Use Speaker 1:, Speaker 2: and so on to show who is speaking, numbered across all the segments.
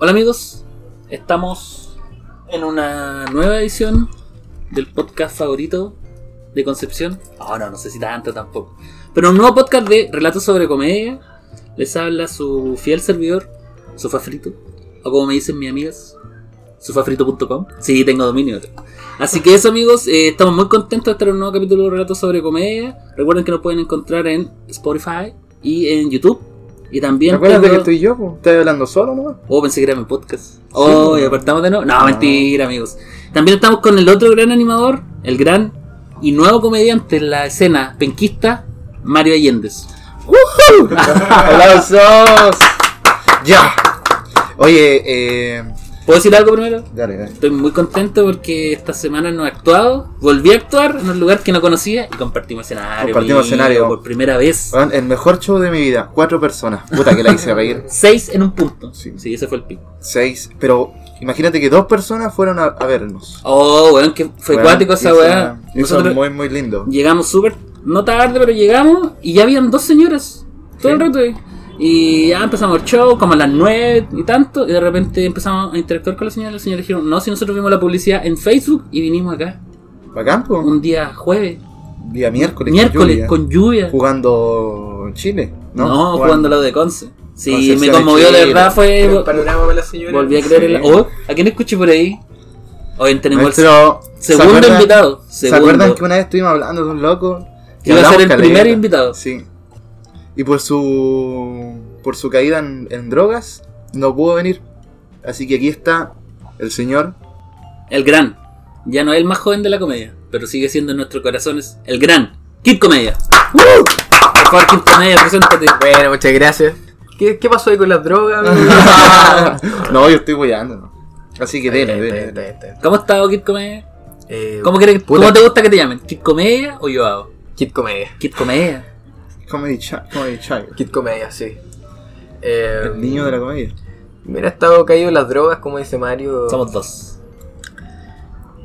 Speaker 1: Hola amigos, estamos en una nueva edición del podcast favorito de Concepción. Oh no, no sé si tanto tampoco. Pero un nuevo podcast de relatos sobre comedia. Les habla su fiel servidor, Sofafrito, o como me dicen mis amigas, sofafrito.com. Sí, tengo dominio. Así que eso amigos, eh, estamos muy contentos de estar en un nuevo capítulo de relatos sobre comedia. Recuerden que nos pueden encontrar en Spotify y en YouTube. Y también
Speaker 2: Acuérdate que
Speaker 1: tengo-
Speaker 2: estoy yo, po. Estás hablando solo, ¿no?
Speaker 1: Oh, pensé que era mi podcast. Oh, y apartamos de nuevo. No, mentira, amigos. También estamos con el otro gran animador, el gran y nuevo comediante en la escena penquista, Mario Allende.
Speaker 2: ¡Aplausos! ¡Ya! Oye, eh.
Speaker 1: ¿Puedo decir algo primero?
Speaker 2: Dale, dale.
Speaker 1: Estoy muy contento porque esta semana no he actuado. Volví a actuar en un lugar que no conocía y compartimos escenario.
Speaker 2: Compartimos
Speaker 1: amigo,
Speaker 2: escenario. Ah.
Speaker 1: Por primera vez.
Speaker 2: Weón, El mejor show de mi vida. Cuatro personas. Puta que la hice reír.
Speaker 1: Seis en un punto. Sí,
Speaker 2: Sí.
Speaker 1: ese fue el pico.
Speaker 2: Seis. Pero imagínate que dos personas fueron a, a vernos.
Speaker 1: Oh, weón, que fue
Speaker 2: Weón,
Speaker 1: cuático esa
Speaker 2: hizo-
Speaker 1: weá.
Speaker 2: hizo
Speaker 1: Nosotros-
Speaker 2: muy, muy lindo.
Speaker 1: Llegamos súper, no tarde, pero llegamos y ya habían dos señoras todo el
Speaker 2: Sí.
Speaker 1: rato. ahí. Y ya empezamos el show, como a las nueve y tanto, y de repente empezamos a interactuar con la señora. y La señora dijeron, no, si nosotros vimos la publicidad en Facebook y vinimos acá
Speaker 2: Bacán, po.
Speaker 1: un día jueves,
Speaker 2: Día miércoles.
Speaker 1: miércoles,
Speaker 2: lluvia.
Speaker 1: con lluvia.
Speaker 2: Jugando Chile, ¿no?
Speaker 1: no, jugando al lado de Conce. Sí,
Speaker 2: Concepción
Speaker 1: me
Speaker 2: de
Speaker 1: conmovió de
Speaker 2: Chile.
Speaker 1: verdad, fue...
Speaker 3: el panorama para la señora.
Speaker 1: Volví a creer en la...
Speaker 2: Sí.
Speaker 1: Oh, ¿a quién escuché por ahí? Hoy tenemos el
Speaker 2: Nuestro. ¿se
Speaker 1: segundo
Speaker 2: acuerdan-
Speaker 1: invitado.
Speaker 2: ¿Se
Speaker 1: Segundo.
Speaker 2: acuerdan que una vez estuvimos hablando de un loco?
Speaker 1: Que iba a ser
Speaker 2: hablamos
Speaker 1: el
Speaker 2: caleta.
Speaker 1: primer invitado.
Speaker 2: Sí. Y por su por su caída en, en drogas no pudo venir. Así que aquí está el señor.
Speaker 1: El gran. Ya no es el más joven de la comedia, pero sigue siendo en nuestros corazones el gran Kid Comedia. Por favor, Kid Comedia, preséntate.
Speaker 3: Bueno, muchas gracias. ¿Qué, qué pasó ahí con las drogas? amigo?
Speaker 2: no, yo estoy guiando. Así que dele,
Speaker 3: Ahí está, ahí
Speaker 2: dele.
Speaker 3: está, ahí está, ahí está.
Speaker 1: ¿Cómo has estado, Kid Comedia?
Speaker 3: Eh,
Speaker 1: ¿Cómo, quieres,
Speaker 3: Puta.
Speaker 1: ¿Cómo te gusta que te llamen? ¿Kid Comedia o yo hago?
Speaker 3: Kid Comedia.
Speaker 1: Kid Comedia.
Speaker 2: Comedy, chi- comedy Child.
Speaker 3: Kid Comedia, sí. Eh,
Speaker 2: El niño de la comedia.
Speaker 3: Mira, he estado caído en las drogas, como dice Mario.
Speaker 1: Somos dos.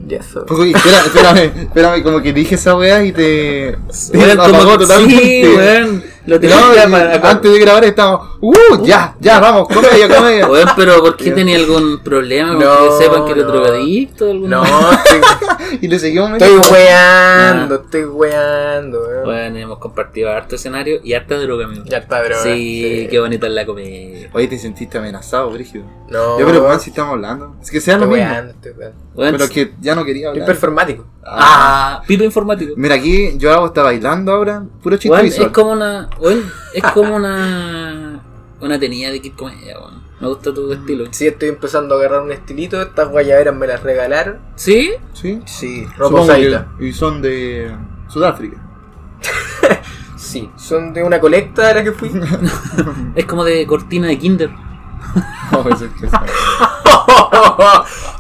Speaker 3: Y eso.
Speaker 2: Uy, Pues, espera, espérame, espérame, como que dije esa weá y te. te
Speaker 1: Weón,
Speaker 2: apagó
Speaker 1: como-
Speaker 2: totalmente.
Speaker 1: Sí, weón. Lo
Speaker 2: No,
Speaker 1: tenía
Speaker 2: eh,
Speaker 1: para-
Speaker 2: antes de grabar estábamos. ¡Uh! Ya, ya, vamos, comedia, comedia.
Speaker 1: Weón, pero ¿por qué tenía algún problema con
Speaker 3: No,
Speaker 1: que sepan que eres
Speaker 3: no.
Speaker 1: drogadicto o alguna
Speaker 3: No,
Speaker 1: cosa?
Speaker 3: estoy,
Speaker 2: y le seguimos
Speaker 3: estoy
Speaker 2: metiendo.
Speaker 3: weando,
Speaker 2: Ah.
Speaker 3: estoy weando. weón.
Speaker 1: Bueno, hemos compartido harto escenario y harta droga, amigo.
Speaker 3: Ya eh, está, droga.
Speaker 1: sí, qué bonita es la comedia.
Speaker 2: Oye, te sentiste amenazado, Brígido.
Speaker 3: No,
Speaker 2: Yo pero weón, si estamos hablando. Es que sea
Speaker 3: estoy
Speaker 2: lo mismo.
Speaker 3: weando, estoy weando.
Speaker 1: Weón,
Speaker 2: Pero que ya no quería
Speaker 3: Estoy
Speaker 2: hablar.
Speaker 3: performático.
Speaker 2: Ah.
Speaker 1: Ah, pipo informático.
Speaker 2: Mira, aquí yo hago está bailando ahora. Puro chiste
Speaker 1: Weón,
Speaker 2: visual.
Speaker 1: es como una. weón, es como una. Una tenía de Kid Comedia, weón. Me gusta tu estilo.
Speaker 3: Sí, estoy empezando a agarrar un estilito. Estas guayaberas me las regalaron.
Speaker 1: ¿Sí?
Speaker 2: Sí.
Speaker 3: Sí,
Speaker 2: Supongo
Speaker 3: roposaita.
Speaker 2: que- Y son de Sudáfrica.
Speaker 3: Sí, son de una colecta a la que fui.
Speaker 1: Es como de cortina de Kinder.
Speaker 2: No, eso es que-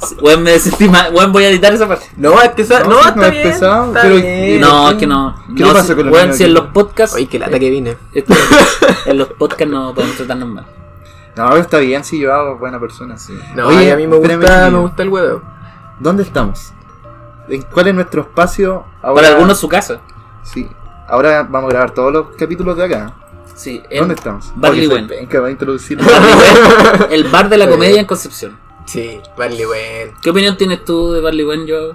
Speaker 1: Sí, Weón, me sentí mal. Weón, voy a editar esa parte.
Speaker 3: no, es pesado.
Speaker 2: No,
Speaker 3: No,
Speaker 2: sí,
Speaker 3: está
Speaker 2: no es
Speaker 3: bien.
Speaker 2: pesado,
Speaker 3: está
Speaker 2: pero-
Speaker 3: bien.
Speaker 1: No, es que no.
Speaker 2: ¿Qué
Speaker 1: no,
Speaker 2: le pasa
Speaker 1: si-
Speaker 2: con los
Speaker 1: Weón,
Speaker 2: niños
Speaker 1: si en
Speaker 2: de
Speaker 1: los
Speaker 2: Kinder?
Speaker 1: podcasts.
Speaker 3: Oye, que lata que vine.
Speaker 1: esto- en los podcasts no podemos tratarnos mal.
Speaker 2: No, pero está bien, sí, yo hago buena persona. Sí.
Speaker 3: No,
Speaker 2: Oye,
Speaker 3: y a mí me
Speaker 2: espérame,
Speaker 3: gusta, me
Speaker 2: niño.
Speaker 3: gusta el huevo.
Speaker 2: ¿Dónde estamos? ¿En ¿Cuál es nuestro espacio? Ahora,
Speaker 1: Para algunos, su casa.
Speaker 2: Sí. Ahora vamos a grabar todos los capítulos de acá.
Speaker 1: Sí, en
Speaker 2: ¿Dónde estamos?
Speaker 1: Barley
Speaker 2: Porque soy
Speaker 1: Wen.
Speaker 2: penca, va a introducir.
Speaker 1: el bar de la
Speaker 3: Está
Speaker 1: comedia
Speaker 3: bien.
Speaker 1: en Concepción.
Speaker 3: Sí, Barley Wen.
Speaker 1: ¿Qué opinión tienes tú de Barley Wen, yo?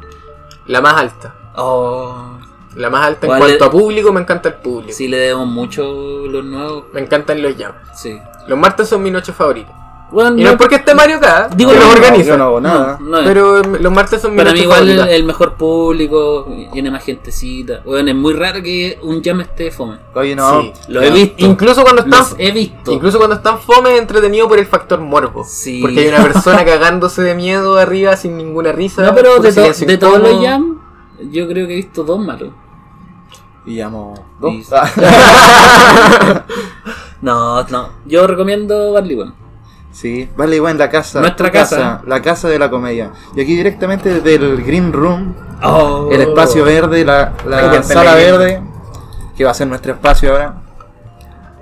Speaker 3: La más alta.
Speaker 1: Oh.
Speaker 3: La más alta en
Speaker 1: ¿Cuál
Speaker 3: cuanto
Speaker 1: es?
Speaker 3: a público, me encanta el público.
Speaker 1: Sí, le debemos mucho los nuevos.
Speaker 3: Me encantan los llamas.
Speaker 1: Sí.
Speaker 3: Los martes son mis noches favoritas.
Speaker 1: Bueno,
Speaker 3: Y no es porque esté Mario acá,
Speaker 1: Digo,
Speaker 3: que
Speaker 2: Yo
Speaker 3: los
Speaker 2: no-
Speaker 3: organiza.
Speaker 2: Yo no hago nada.
Speaker 1: no, no,
Speaker 3: Pero eh, los martes son mis
Speaker 1: Para mí
Speaker 3: noches
Speaker 1: igual el,
Speaker 3: favoritas.
Speaker 1: el mejor público, viene más gentecita. Bueno, es muy raro que un jam esté fome.
Speaker 2: Oye, no.
Speaker 3: Sí,
Speaker 1: lo he visto.
Speaker 3: Incluso cuando están
Speaker 1: Los he visto.
Speaker 3: Incluso cuando están fome es entretenido por el factor morbo.
Speaker 1: Sí.
Speaker 3: Porque hay una persona cagándose de miedo arriba sin ninguna risa.
Speaker 1: no, pero
Speaker 3: puro
Speaker 1: de, to-
Speaker 3: silencio
Speaker 1: de todos
Speaker 3: incómodo.
Speaker 1: los jams, yo creo que he visto dos malos.
Speaker 2: Y llamo
Speaker 1: Y-
Speaker 2: dos. Ah.
Speaker 1: No, no. Yo recomiendo Barley One.
Speaker 2: Sí, vale, igual en la casa.
Speaker 1: Nuestra
Speaker 2: tu
Speaker 1: casa.
Speaker 2: La casa de la comedia. Y aquí directamente desde el Green Room,
Speaker 1: Oh.
Speaker 2: el espacio verde, la, la
Speaker 3: Hay que estar
Speaker 2: sala
Speaker 3: ahí.
Speaker 2: verde, que va a ser nuestro espacio ahora.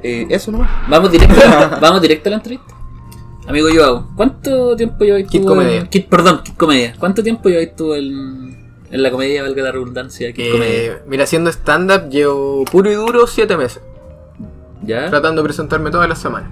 Speaker 2: Eh, eso nomás.
Speaker 1: Vamos directo, vamos directo a la entrevista. Amigo Joao, ¿cuánto tiempo yo
Speaker 3: Kid
Speaker 1: estuvo
Speaker 3: Comedia.
Speaker 1: en, Kid- perdón, Kid Comedia. ¿Cuánto tiempo yo estuvo en, en la comedia, valga la redundancia, Kid
Speaker 3: Que,
Speaker 1: Comedia?
Speaker 3: Eh, mira, haciendo stand-up llevo puro y duro siete meses.
Speaker 1: ¿Ya? ¿Ah?
Speaker 3: Tratando de presentarme todas las semanas.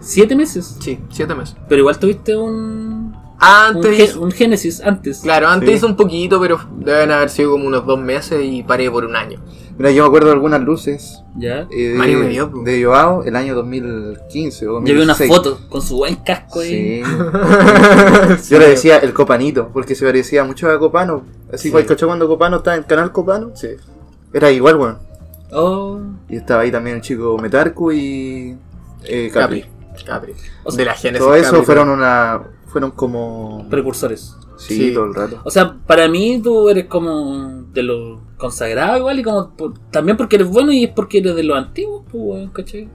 Speaker 1: Siete meses.
Speaker 3: Sí, siete meses.
Speaker 1: Pero igual tuviste un.
Speaker 3: Antes,
Speaker 1: Un, gen- un Génesis antes.
Speaker 3: claro, antes
Speaker 2: Sí.
Speaker 3: hizo un poquito, pero deben haber sido como unos dos meses y paré por un año.
Speaker 2: Mira, yo me acuerdo de algunas luces
Speaker 1: Ya.
Speaker 2: eh, de,
Speaker 3: Mario me dio, po.
Speaker 2: de Joao el año 2015 o 2016.
Speaker 1: Yo vi una foto con su buen casco ahí.
Speaker 2: Sí. Yo le decía el copanito, porque se parecía mucho a Copano. Así cual cachó cuando Copano estaba en el canal Copano.
Speaker 4: Sí.
Speaker 2: Era igual, weón.
Speaker 1: Oh.
Speaker 2: Y estaba ahí también el chico Metarco y eh, Capri.
Speaker 3: Capri. Capri.
Speaker 1: O sea,
Speaker 3: de la Genesis.
Speaker 2: Todo eso
Speaker 3: Capri,
Speaker 2: fueron una. Fueron como.
Speaker 1: Precursores.
Speaker 2: Sí,
Speaker 3: Sí.
Speaker 2: todo el rato.
Speaker 1: O sea, para mí tú eres como de los consagrados igual y como por- también porque eres bueno y es porque eres de los antiguos, pues, weón, ¿cachai?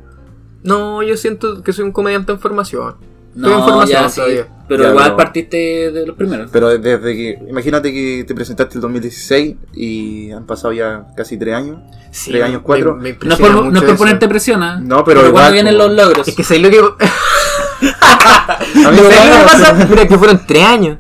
Speaker 3: No, yo siento que soy un comediante en formación.
Speaker 1: No,
Speaker 3: en formación
Speaker 1: ya, sí,
Speaker 3: todavía.
Speaker 1: pero
Speaker 2: Ya,
Speaker 1: igual
Speaker 2: pero-
Speaker 1: partiste de los primeros.
Speaker 2: Pero desde que. Imagínate que te presentaste el 2016 y han pasado ya casi tres años.
Speaker 3: Sí,
Speaker 2: Tres años,
Speaker 3: me-
Speaker 2: cuatro.
Speaker 3: me
Speaker 1: No es
Speaker 3: impresiona
Speaker 1: por, no es
Speaker 3: mucho
Speaker 1: por
Speaker 3: eso.
Speaker 1: ponerte presión, ¿ah?
Speaker 2: No, pero igual,
Speaker 1: cuando vienen
Speaker 2: como-
Speaker 1: los logros.
Speaker 3: Es que sé lo que.
Speaker 2: A mí me
Speaker 3: ¿Sabes lo que
Speaker 2: pasa-
Speaker 3: pasa? Mira, que fueron tres años.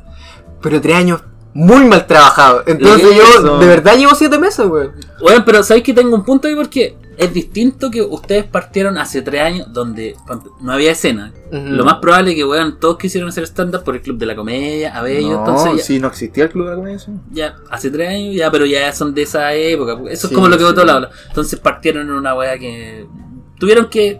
Speaker 3: Pero tres años muy mal trabajados. Entonces yo,
Speaker 2: Eso.
Speaker 3: de verdad, llevo siete meses, güey.
Speaker 1: Bueno, pero sabéis que tengo un punto ahí porque es distinto que ustedes partieron hace tres años donde no había escena.
Speaker 3: Ujú.
Speaker 1: Lo más probable es que weón, todos quisieron hacer stand-up por el Club de la Comedia, a Bello,
Speaker 2: No,
Speaker 1: entonces ya,
Speaker 2: sí, no existía el club de la comedia. sí.
Speaker 1: ya hace tres años, ya, pero ya son de esa época. Eso es
Speaker 3: Sí,
Speaker 1: como lo que
Speaker 3: sí.
Speaker 1: votó la habla. Entonces partieron en una weá que tuvieron que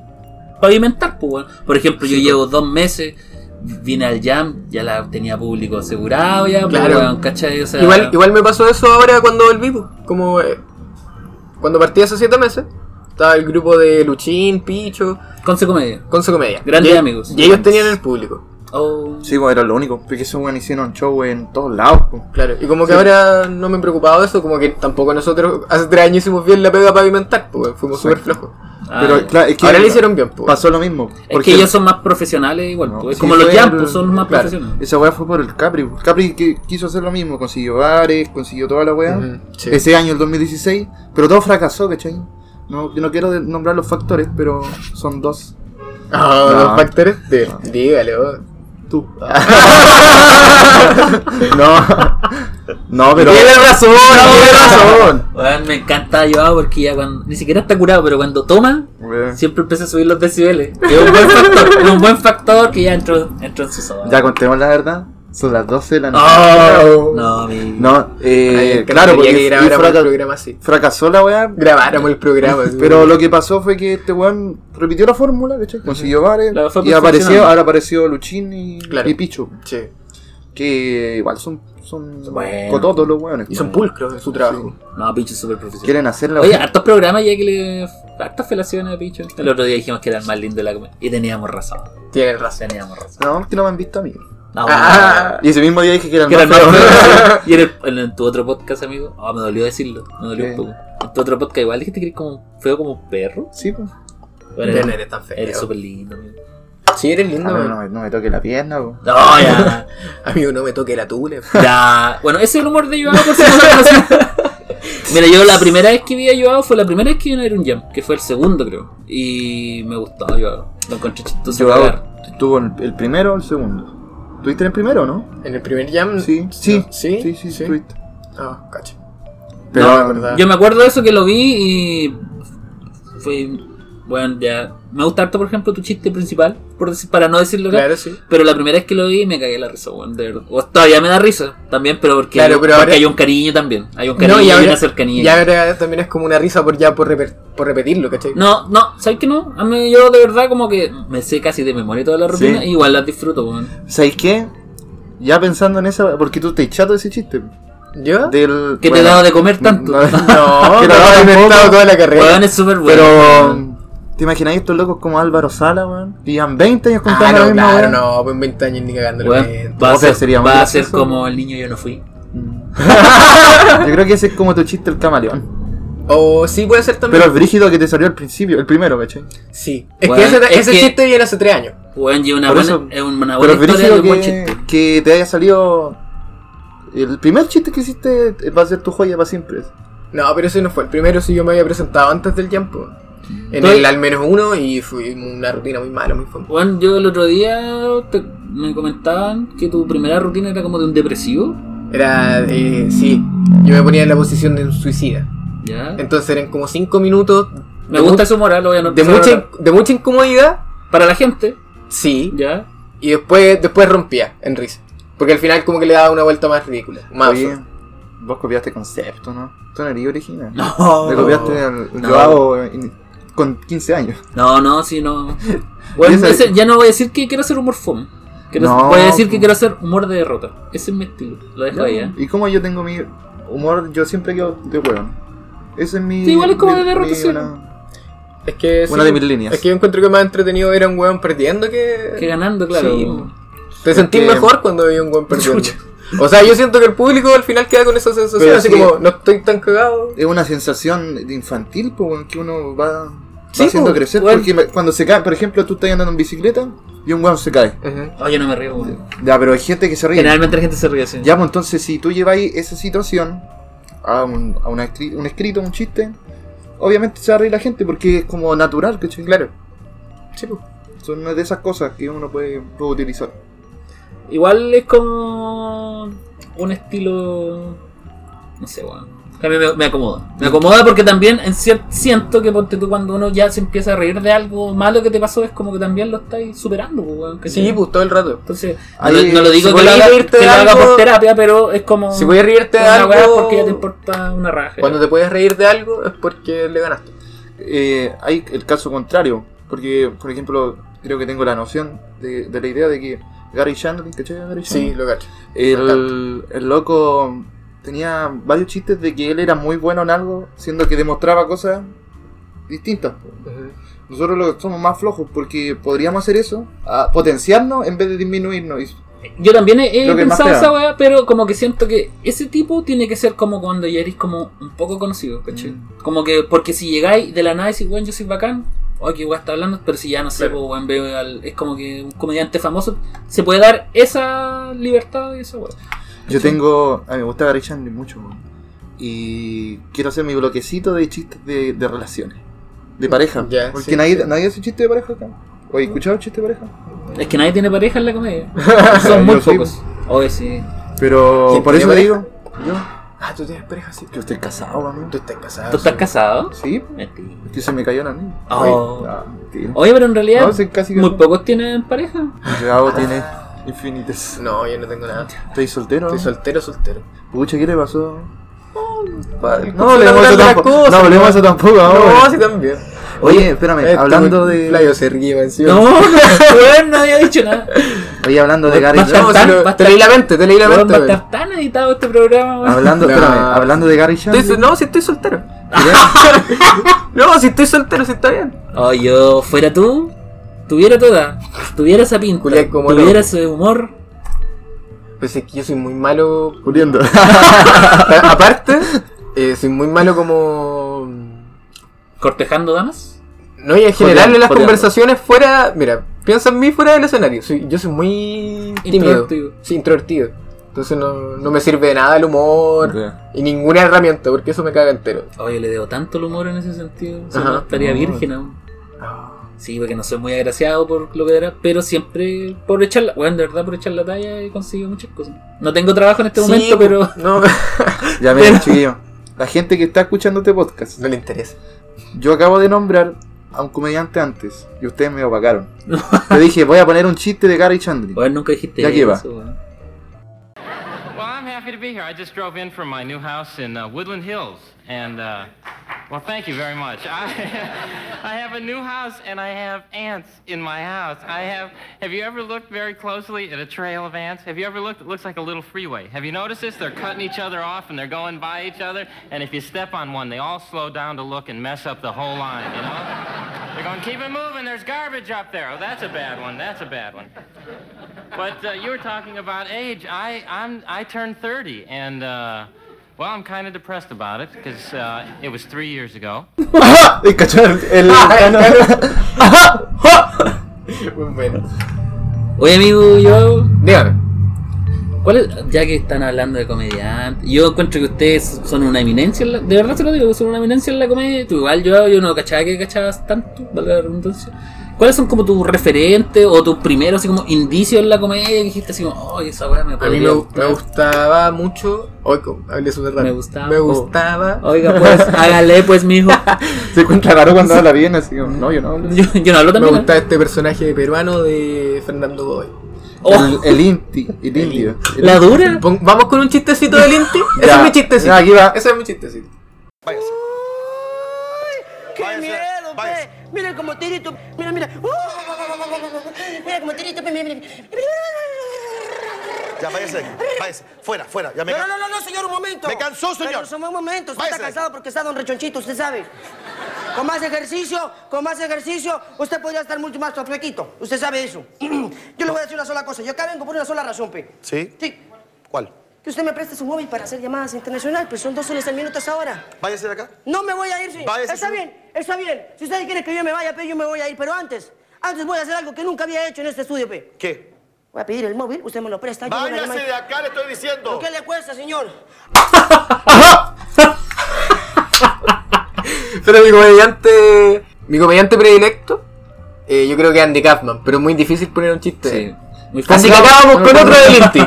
Speaker 1: pavimentar, pues weón. Por ejemplo, yo
Speaker 3: pues.
Speaker 1: llevo dos meses, vine al Jam, ya la tenía público asegurado, ya, pues,
Speaker 3: Claro.
Speaker 1: weón, ¿cachai? O sea,
Speaker 3: Igual, igual me pasó eso ahora cuando volví, po. como eh, cuando partí hace siete meses, estaba el grupo de Luchín, Picho,
Speaker 1: Conce Comedia.
Speaker 3: Conce Comedia.
Speaker 1: Grandes
Speaker 3: Y-
Speaker 1: amigos.
Speaker 3: Y ellos tenían el público,
Speaker 1: Oh.
Speaker 2: Sí, pues era lo único. Porque esos weones hicieron show en todos lados. pues.
Speaker 3: claro. Y como que
Speaker 2: Sí.
Speaker 3: ahora no me he preocupado de eso, como que tampoco nosotros hace tres años hicimos bien la pega pavimentar, porque fuimos súper
Speaker 2: Exacto.
Speaker 3: flojos.
Speaker 1: Ah,
Speaker 2: Pero
Speaker 1: ya.
Speaker 2: claro, es que
Speaker 3: Ahora le hicieron bien, po.
Speaker 2: pasó lo mismo.
Speaker 1: pues. Es que ellos son más profesionales igual,
Speaker 2: No,
Speaker 1: pues,
Speaker 2: sí,
Speaker 1: como los
Speaker 2: fue
Speaker 1: Jam,
Speaker 2: el-
Speaker 1: pues, son más
Speaker 2: claro,
Speaker 1: profesionales.
Speaker 2: Esa weá fue por el Capri. pues. Capri que quiso hacer lo mismo, consiguió bares, consiguió toda la weá.
Speaker 3: Ujú, sí.
Speaker 2: Ese año, el 2016, pero todo fracasó, ¿cachai? No, yo no quiero de- nombrar los factores, pero son dos.
Speaker 3: Ah,
Speaker 2: No. Eh,
Speaker 3: los factores de. Dígalo.
Speaker 2: Tú. no. No, pero.
Speaker 3: Tiene razón, tiene razón.
Speaker 1: Weón, me encanta Joao porque ya cuando, ni siquiera está curado, pero cuando toma,
Speaker 2: Weá.
Speaker 1: siempre empieza a subir los decibeles. Es un buen factor, es un buen factor que ya entró, entró en su zona.
Speaker 2: Ya contemos la verdad. Son las 12 de la noche.
Speaker 1: Oh, no, mi...
Speaker 2: No, eh,
Speaker 3: Ay,
Speaker 2: claro,
Speaker 3: encantaría Ah, que
Speaker 2: porque y
Speaker 3: grabáramos
Speaker 2: fraca-
Speaker 3: el programa así.
Speaker 2: fracasó la weá.
Speaker 3: Grabáramos el programa. sí.
Speaker 2: Pero lo que pasó fue que este weón repitió la fórmula, ¿cachai? Consiguió bares.
Speaker 1: La fue
Speaker 2: y apareció,
Speaker 1: perfeccionando.
Speaker 2: ahora apareció Luchín y,
Speaker 3: Claro.
Speaker 2: y Pichu.
Speaker 3: Sí.
Speaker 2: Que igual son, son
Speaker 1: Bueno.
Speaker 2: cototos los weones.
Speaker 3: Y son pulcros en su trabajo.
Speaker 1: no, Picho es súper profesional.
Speaker 2: Quieren hacer la
Speaker 1: Oye, ah, hartos programas ya que le. hartas felaciones a Picho. El otro día dijimos que era el más lindo de la comedia. Y teníamos razón.
Speaker 3: Tienen razón.
Speaker 1: Teníamos razón.
Speaker 2: No, es que no me han visto a mí.
Speaker 1: No,
Speaker 3: Ah.
Speaker 2: Y ese mismo día dije que eran
Speaker 1: Que era el
Speaker 2: más feos.
Speaker 1: más feo. Y en, el- en tu otro podcast, amigo. Ah, me dolió decirlo. Me dolió
Speaker 2: ¿Qué?
Speaker 1: un poco. En tu otro podcast, igual dijiste que eres como feo como un perro.
Speaker 2: Sí, pues.
Speaker 1: Bueno,
Speaker 3: Ya no
Speaker 1: eres-
Speaker 3: eres tan feo.
Speaker 1: eres súper lindo, amigo.
Speaker 3: Sí, eres
Speaker 2: Ah,
Speaker 3: lindo,
Speaker 2: pero
Speaker 3: man.
Speaker 2: no, me- no me toque la pierna, pues. po.
Speaker 1: No, ya.
Speaker 3: Amigo, no me toque la tule.
Speaker 1: ya. Bueno, ese es el humor de Joao, por si no lo conocen. Mira, yo la primera vez que vi a Joao fue la primera vez que vino a un Jam, que fue el segundo, creo. Y me gustó Joao. Lo encontré chistoso.
Speaker 2: Yo
Speaker 1: cagar.
Speaker 2: estuvo el, el primero o el segundo. ¿Tuviste en el primero, no?
Speaker 3: En el primer jam.
Speaker 2: Sí, sí,
Speaker 3: No.
Speaker 2: sí,
Speaker 3: Mm, Sí,
Speaker 2: sí, sí,
Speaker 3: sí.
Speaker 2: tuviste.
Speaker 3: Ah, cacha.
Speaker 2: Pero
Speaker 3: No, la verdad.
Speaker 1: Yo me acuerdo de eso que lo vi y fue bueno ya. Me gusta harto, por ejemplo, tu chiste principal, por decir, para no decirlo acá.
Speaker 3: Claro, sí.
Speaker 1: Pero la primera vez que lo vi me cagué la risa, weón, de verdad. O todavía me da risa también, pero porque,
Speaker 3: Claro,
Speaker 1: porque
Speaker 3: pero ahora-
Speaker 1: hay un cariño también. Hay un cariño
Speaker 3: No,
Speaker 1: y
Speaker 3: y ahora-
Speaker 1: una cercanía.
Speaker 3: Y ahora también es como una risa por ya por, reper- por repetirlo, ¿cachai?
Speaker 1: No, no, ¿sabes qué no? A mí yo de verdad como que me sé casi de memoria toda la rutina
Speaker 2: Sí.
Speaker 1: y igual las disfruto, weón.
Speaker 2: ¿Sabes qué? Ya pensando en esa, porque tú te chato de ese chiste.
Speaker 3: ¿Yo?
Speaker 2: Del,
Speaker 1: Que te he dado de comer tanto.
Speaker 2: No,
Speaker 3: No,
Speaker 2: que lo
Speaker 3: me lo he
Speaker 2: hagan
Speaker 3: inventado
Speaker 2: poco.
Speaker 3: toda la carrera.
Speaker 1: Weón es súper bueno.
Speaker 2: Pero,
Speaker 1: weón.
Speaker 2: ¿te imagináis estos locos como Álvaro Sala, weón? Que llevan 20 años
Speaker 3: ah,
Speaker 2: contando la
Speaker 3: no,
Speaker 2: misma
Speaker 3: claro,
Speaker 2: weá.
Speaker 3: no, pues en 20 años ni cagándolo.
Speaker 1: Weón,
Speaker 3: bien.
Speaker 1: va a
Speaker 2: O sea,
Speaker 1: ser,
Speaker 2: sería muy
Speaker 1: va a ser
Speaker 2: gracioso.
Speaker 1: como el niño yo no fui.
Speaker 2: Yo creo que ese es como tu chiste el camaleón.
Speaker 3: O Oh, sí puede ser también.
Speaker 2: Pero el brígido que te salió al principio, el primero, ¿cachai?
Speaker 3: sí. Es
Speaker 1: Weón,
Speaker 3: que ese,
Speaker 1: es
Speaker 3: ese
Speaker 1: que-
Speaker 3: chiste viene hace 3 años.
Speaker 1: Weón, y una
Speaker 2: Por
Speaker 1: buena,
Speaker 2: eso-
Speaker 1: es una
Speaker 2: Pero
Speaker 1: buena
Speaker 2: el
Speaker 1: Ah, historia de
Speaker 2: brígido
Speaker 1: un buen chiste.
Speaker 2: que, que te haya salido. El primer chiste que hiciste eh, va a ser tu joya para siempre.
Speaker 3: No, pero ese no fue el primero, si yo me había presentado antes del jam, po. En
Speaker 1: Pero-
Speaker 3: el al menos uno y fue una rutina muy mala, muy fome.
Speaker 1: Juan, yo el otro día te- me comentaban que tu primera rutina era como de un depresivo.
Speaker 3: Era, eh, sí, yo me ponía en la posición de un suicida.
Speaker 1: Ya.
Speaker 3: Entonces eran como 5 minutos
Speaker 1: Me gusta su moral, voy a
Speaker 3: de
Speaker 1: empezar a
Speaker 3: mucha,
Speaker 1: hablar.
Speaker 3: de mucha incomodidad,
Speaker 1: Para la gente,
Speaker 3: Sí.
Speaker 1: ¿Ya?
Speaker 3: Y después, después rompía en risa. Porque al final como que le daba una vuelta más ridícula. Más
Speaker 2: Oye,
Speaker 3: absurda.
Speaker 2: vos copiaste concepto, ¿no? Tú no eres original.
Speaker 1: No.
Speaker 2: Me copiaste al-
Speaker 1: No.
Speaker 2: Yo hago en- con 15 años.
Speaker 1: No, no, sí, no.
Speaker 2: Bueno,
Speaker 1: Ese-
Speaker 2: ese-
Speaker 1: ya no voy a decir que quiero hacer humor fome. Quiero-
Speaker 2: No,
Speaker 1: voy a decir que
Speaker 2: po.
Speaker 1: quiero hacer humor de derrota. Ese es mi estilo. Lo dejo ahí, ¿eh?
Speaker 2: Y como yo tengo mi humor, yo siempre quedo de hueón. Ese es mi.
Speaker 1: Sí, igual es como
Speaker 2: mi-
Speaker 1: de
Speaker 2: mi-
Speaker 1: derrotación.
Speaker 2: una-
Speaker 3: Es que...
Speaker 2: Una de mis líneas.
Speaker 3: Es que yo encuentro que más entretenido era un weón perdiendo
Speaker 1: Que
Speaker 3: que...
Speaker 1: ganando, claro.
Speaker 3: Sí, po. Te
Speaker 2: Es
Speaker 3: sentís
Speaker 2: que-
Speaker 3: mejor cuando había un weón perdiendo.
Speaker 1: Chucha.
Speaker 3: O sea, yo siento que el público al final queda con esa sensación,
Speaker 2: Pero
Speaker 3: así
Speaker 2: sí.
Speaker 3: como, no estoy tan cagado.
Speaker 2: Es una sensación de infantil, po, weón, que uno va, va
Speaker 1: Sí,
Speaker 2: haciendo
Speaker 1: po,
Speaker 2: crecer.
Speaker 1: weón.
Speaker 2: Porque me- cuando se cae, por ejemplo, tú estás andando en bicicleta y un weón se cae.
Speaker 1: Oh, yo no me río, weón.
Speaker 2: Ya, pero hay gente que se ríe.
Speaker 1: Generalmente la gente se ríe así.
Speaker 2: Ya, pues entonces, si tú lleváis esa situación a, un, a una escri- un escrito, un chiste, obviamente se va a reír la gente porque es como natural, ¿cachai?
Speaker 3: Claro. Sí, pues.
Speaker 2: Son una de esas cosas que uno puede, puede utilizar.
Speaker 1: Igual es como un estilo. No sé, weón. A mí me, me acomoda. Me acomoda porque también en cier- siento que ponte tú cuando uno ya se empieza a reír de algo malo que te pasó, es como que también lo estáis superando, pues, weón. ¿cachai?
Speaker 3: Sí, pues, todo el rato.
Speaker 1: Entonces,
Speaker 2: Ahí,
Speaker 1: Ah, no, no lo digo
Speaker 3: si
Speaker 1: que, lo
Speaker 3: podéis
Speaker 1: haga,
Speaker 3: reírte
Speaker 1: que
Speaker 3: de
Speaker 1: lo haga
Speaker 3: algo-
Speaker 1: por terapia, pero es como.
Speaker 3: Si voy a reírte de
Speaker 1: una
Speaker 3: algo...
Speaker 1: weá porque ya te importa una raja.
Speaker 3: Cuando te puedes reír de algo es porque le ganaste.
Speaker 2: Eh, hay el caso contrario, porque, por ejemplo, creo que tengo la noción de, de la idea de que Gary Shandling, ¿cachai? a Gary
Speaker 3: Sí,
Speaker 2: Shandling?
Speaker 3: lo cacho.
Speaker 2: el, el loco tenía varios chistes de que él era muy bueno en algo, siendo que demostraba cosas distintas. po. Nosotros lo- somos más flojos porque podríamos hacer eso, a potenciarnos en vez de disminuirnos. Y-
Speaker 1: Yo también he, he
Speaker 2: Lo que más
Speaker 1: pensado
Speaker 2: te
Speaker 1: esa
Speaker 2: da.
Speaker 1: weá, pero como que siento que ese tipo tiene que ser como cuando ya eres como un poco conocido, ¿cachai?
Speaker 2: Mm.
Speaker 1: Como que, porque si llegáis de la nada y decís, weón, yo soy bacán, oye, qué weá está hablando, pero si ya no sé,
Speaker 3: Claro.
Speaker 1: po, weón, veo al- es como que un comediante famoso, se puede dar esa libertad y esa weá.
Speaker 2: Yo tengo. A mí me gusta Gary Shandling mucho, weón. Y quiero hacer mi bloquecito de chistes de, de relaciones. De pareja.
Speaker 3: Mm, Ya,
Speaker 2: porque
Speaker 3: sí,
Speaker 2: nadie,
Speaker 3: sí.
Speaker 2: nadie hace chiste de pareja acá. ¿O he escuchado chistes de pareja?
Speaker 1: Es que nadie tiene pareja en la comedia. Son muy
Speaker 2: Yo sí,
Speaker 1: pocos. Oye, sí.
Speaker 2: Pero
Speaker 3: ¿Quién
Speaker 2: por
Speaker 3: tiene
Speaker 2: eso te
Speaker 3: pareja?
Speaker 2: digo. Yo,
Speaker 3: Ah, tú tienes pareja, sí.
Speaker 2: yo estoy casado, amigo.
Speaker 3: Tú estás casado.
Speaker 1: ¿Tú estás
Speaker 3: Ah, sí.
Speaker 1: casado?
Speaker 2: Sí,
Speaker 1: Mentira.
Speaker 2: es que se me cayó la niña.
Speaker 1: Oh.
Speaker 2: Ay, ah, mentira.
Speaker 1: Oye, pero en realidad,
Speaker 2: No, sí, casi que
Speaker 1: muy
Speaker 2: no.
Speaker 1: pocos tienen pareja.
Speaker 2: Yo hago tiene infinites.
Speaker 3: No, yo no tengo nada.
Speaker 2: ¿Estoy soltero?
Speaker 3: Estoy soltero, soltero.
Speaker 2: Pucha, ¿qué le pasó?
Speaker 3: Padre,
Speaker 2: No hablemos de eso tampoco. no hablemos de eso tampoco ahora.
Speaker 3: No, sí también.
Speaker 2: Oye, espérame,
Speaker 3: Este
Speaker 2: hablando
Speaker 3: buen
Speaker 2: de.
Speaker 3: Playo se ríe, encima.
Speaker 1: No, no, weón, no había dicho nada.
Speaker 2: Oye, hablando de Gary
Speaker 1: Más
Speaker 2: Shandling.
Speaker 3: No, si lo-
Speaker 1: va a
Speaker 3: te
Speaker 1: estar-
Speaker 3: leí la mente, te leí la
Speaker 1: Weón, va
Speaker 3: mente.
Speaker 1: a
Speaker 3: weón.
Speaker 1: estar tan editado este programa, weón.
Speaker 2: Hablando,
Speaker 3: No.
Speaker 2: espérame, hablando de Gary
Speaker 3: Estoy
Speaker 2: Shandling.
Speaker 3: sol- No, si estoy soltero.
Speaker 2: quería-
Speaker 3: No, si estoy soltero, si está bien.
Speaker 1: Oh, yo fuera tú, tuviera toda, tuviera esa pinta,
Speaker 3: Julián, como
Speaker 1: tuviera
Speaker 3: no.
Speaker 1: ese humor.
Speaker 3: Pues es que yo soy muy malo.
Speaker 2: Juliendo.
Speaker 3: A- Aparte, eh, soy muy malo como.
Speaker 1: ¿Cortejando damas?
Speaker 3: No, y en general
Speaker 2: Joteando,
Speaker 3: en las
Speaker 2: joteando.
Speaker 3: conversaciones fuera. Mira, piensa en mí fuera del escenario. Soy- yo soy muy tímido.
Speaker 1: Introvertido.
Speaker 3: Sí, introvertido. Entonces no, no me sirve de nada el humor
Speaker 2: Ya.
Speaker 3: y ninguna herramienta, porque eso me caga entero.
Speaker 1: Oye, Oh, le debo tanto el humor en ese sentido.
Speaker 3: Ajá.
Speaker 1: Solo estaría
Speaker 2: No.
Speaker 1: virgen aún. Sí, porque no soy muy agraciado por lo que era, pero siempre por echar la, bueno, de verdad por echar la talla he conseguido muchas cosas. No tengo trabajo en este
Speaker 3: Sí,
Speaker 1: momento, pero
Speaker 3: No,
Speaker 2: Ya miren, chiquillo. La gente que está escuchando este podcast.
Speaker 3: no le interesa.
Speaker 2: Yo acabo de nombrar a un comediante antes y ustedes me opacaron. Yo dije, voy a poner un chiste de Gary Shandling.
Speaker 1: bueno, nunca dijiste
Speaker 2: Ya que va.
Speaker 1: eso, weón.
Speaker 5: Well, I'm happy to be here. I just drove in from my new house in uh, Woodland Hills, and uh, well, thank you very much. I, I have a new house, and I have ants in my house. I have. Have you ever looked very closely at a trail of ants? Have you ever looked? It looks like a little freeway. Have you noticed this? They're cutting each other off, and they're going by each other. And if you step on one, they all slow down to look and mess up the whole line. You know. They're going, keep it moving. There's garbage up there. Oh, that's a bad one. That's a bad one. But uh, you were talking about age. I I'm I turned 30, and uh, well, I'm kind of depressed about it because uh, it was three years ago.
Speaker 2: El cachorro, el-
Speaker 3: Muy bueno.
Speaker 1: Oye, amigo, yo
Speaker 3: Dígame.
Speaker 1: ¿Cuál es- ya que están hablando de comediantes, yo encuentro que ustedes son una eminencia, en la- de verdad se lo digo, son una eminencia en la comedia. Tú igual yo, yo no cachaba que cachabas tanto, valga la redundancia. ¿Cuáles son como tus referentes o tus primeros así como indicios en la comedia que dijiste así como, oh, esa weá me
Speaker 3: A mí
Speaker 1: podría
Speaker 3: me,
Speaker 1: gustar"?
Speaker 3: me gustaba mucho. Hoy hablé súper rápido.
Speaker 1: Me gustaba.
Speaker 3: Me gustaba.
Speaker 1: Oiga, pues, hágale pues, mijo.
Speaker 2: Se encuentra raro cuando habla bien, así como, no, yo no hablo.
Speaker 1: Yo, yo no hablo
Speaker 3: Me
Speaker 1: también. ¿eh?
Speaker 3: gustaba este personaje peruano de Fernando Godoy.
Speaker 1: Oh,
Speaker 2: El, el inti, el indio. El-
Speaker 1: la dura.
Speaker 3: Pon- Vamos con un chistecito del Inti. Ese
Speaker 2: Ya,
Speaker 3: es mi chistecito.
Speaker 2: ya, aquí va.
Speaker 3: Ese es mi chistecito.
Speaker 6: ¡Qué miedo, pe! Mira como tirito, mira, mira. ¡Uh! Mira como tirito, pe, mira, mira.
Speaker 7: Ya, váyase, váyase. Fuera, fuera. Ya me
Speaker 6: No,
Speaker 7: ca-
Speaker 6: no, no, no, no, señor, un momento.
Speaker 7: Me cansó, señor.
Speaker 6: Pero son un momento, usted está
Speaker 7: Váyase.
Speaker 6: cansado porque está don Rechonchito, usted sabe. Con más ejercicio, con más ejercicio, usted podría estar mucho más flaquito. Usted sabe eso. Yo le voy a decir una sola cosa. Yo acá vengo por una sola razón, pe.
Speaker 7: ¿Sí?
Speaker 6: Sí.
Speaker 7: ¿Cuál?
Speaker 6: Que usted me preste su móvil para hacer llamadas internacionales, pues son dos soles al minuto ahora.
Speaker 7: Váyase de acá.
Speaker 6: No me voy a ir, sí.
Speaker 7: Váyase,
Speaker 6: Está
Speaker 7: señor.
Speaker 6: bien, está bien. Si ustedes quieren que yo me vaya, pe, yo me voy a ir. Pero antes, antes voy a hacer algo que nunca había hecho en este estudio, pe.
Speaker 7: ¿Qué?
Speaker 6: Voy a pedir el móvil, usted me lo presta. yo me lo llamo.
Speaker 7: Váyase de acá, le estoy diciendo.
Speaker 6: ¿Qué le cuesta, señor?
Speaker 3: Pero mi comediante. Mi comediante predilecto. eh, yo creo que Andy Kaufman. Pero es muy difícil poner un chiste.
Speaker 1: Sí. Muy
Speaker 3: Así
Speaker 1: fácil.
Speaker 3: que acabamos con otro del Inti.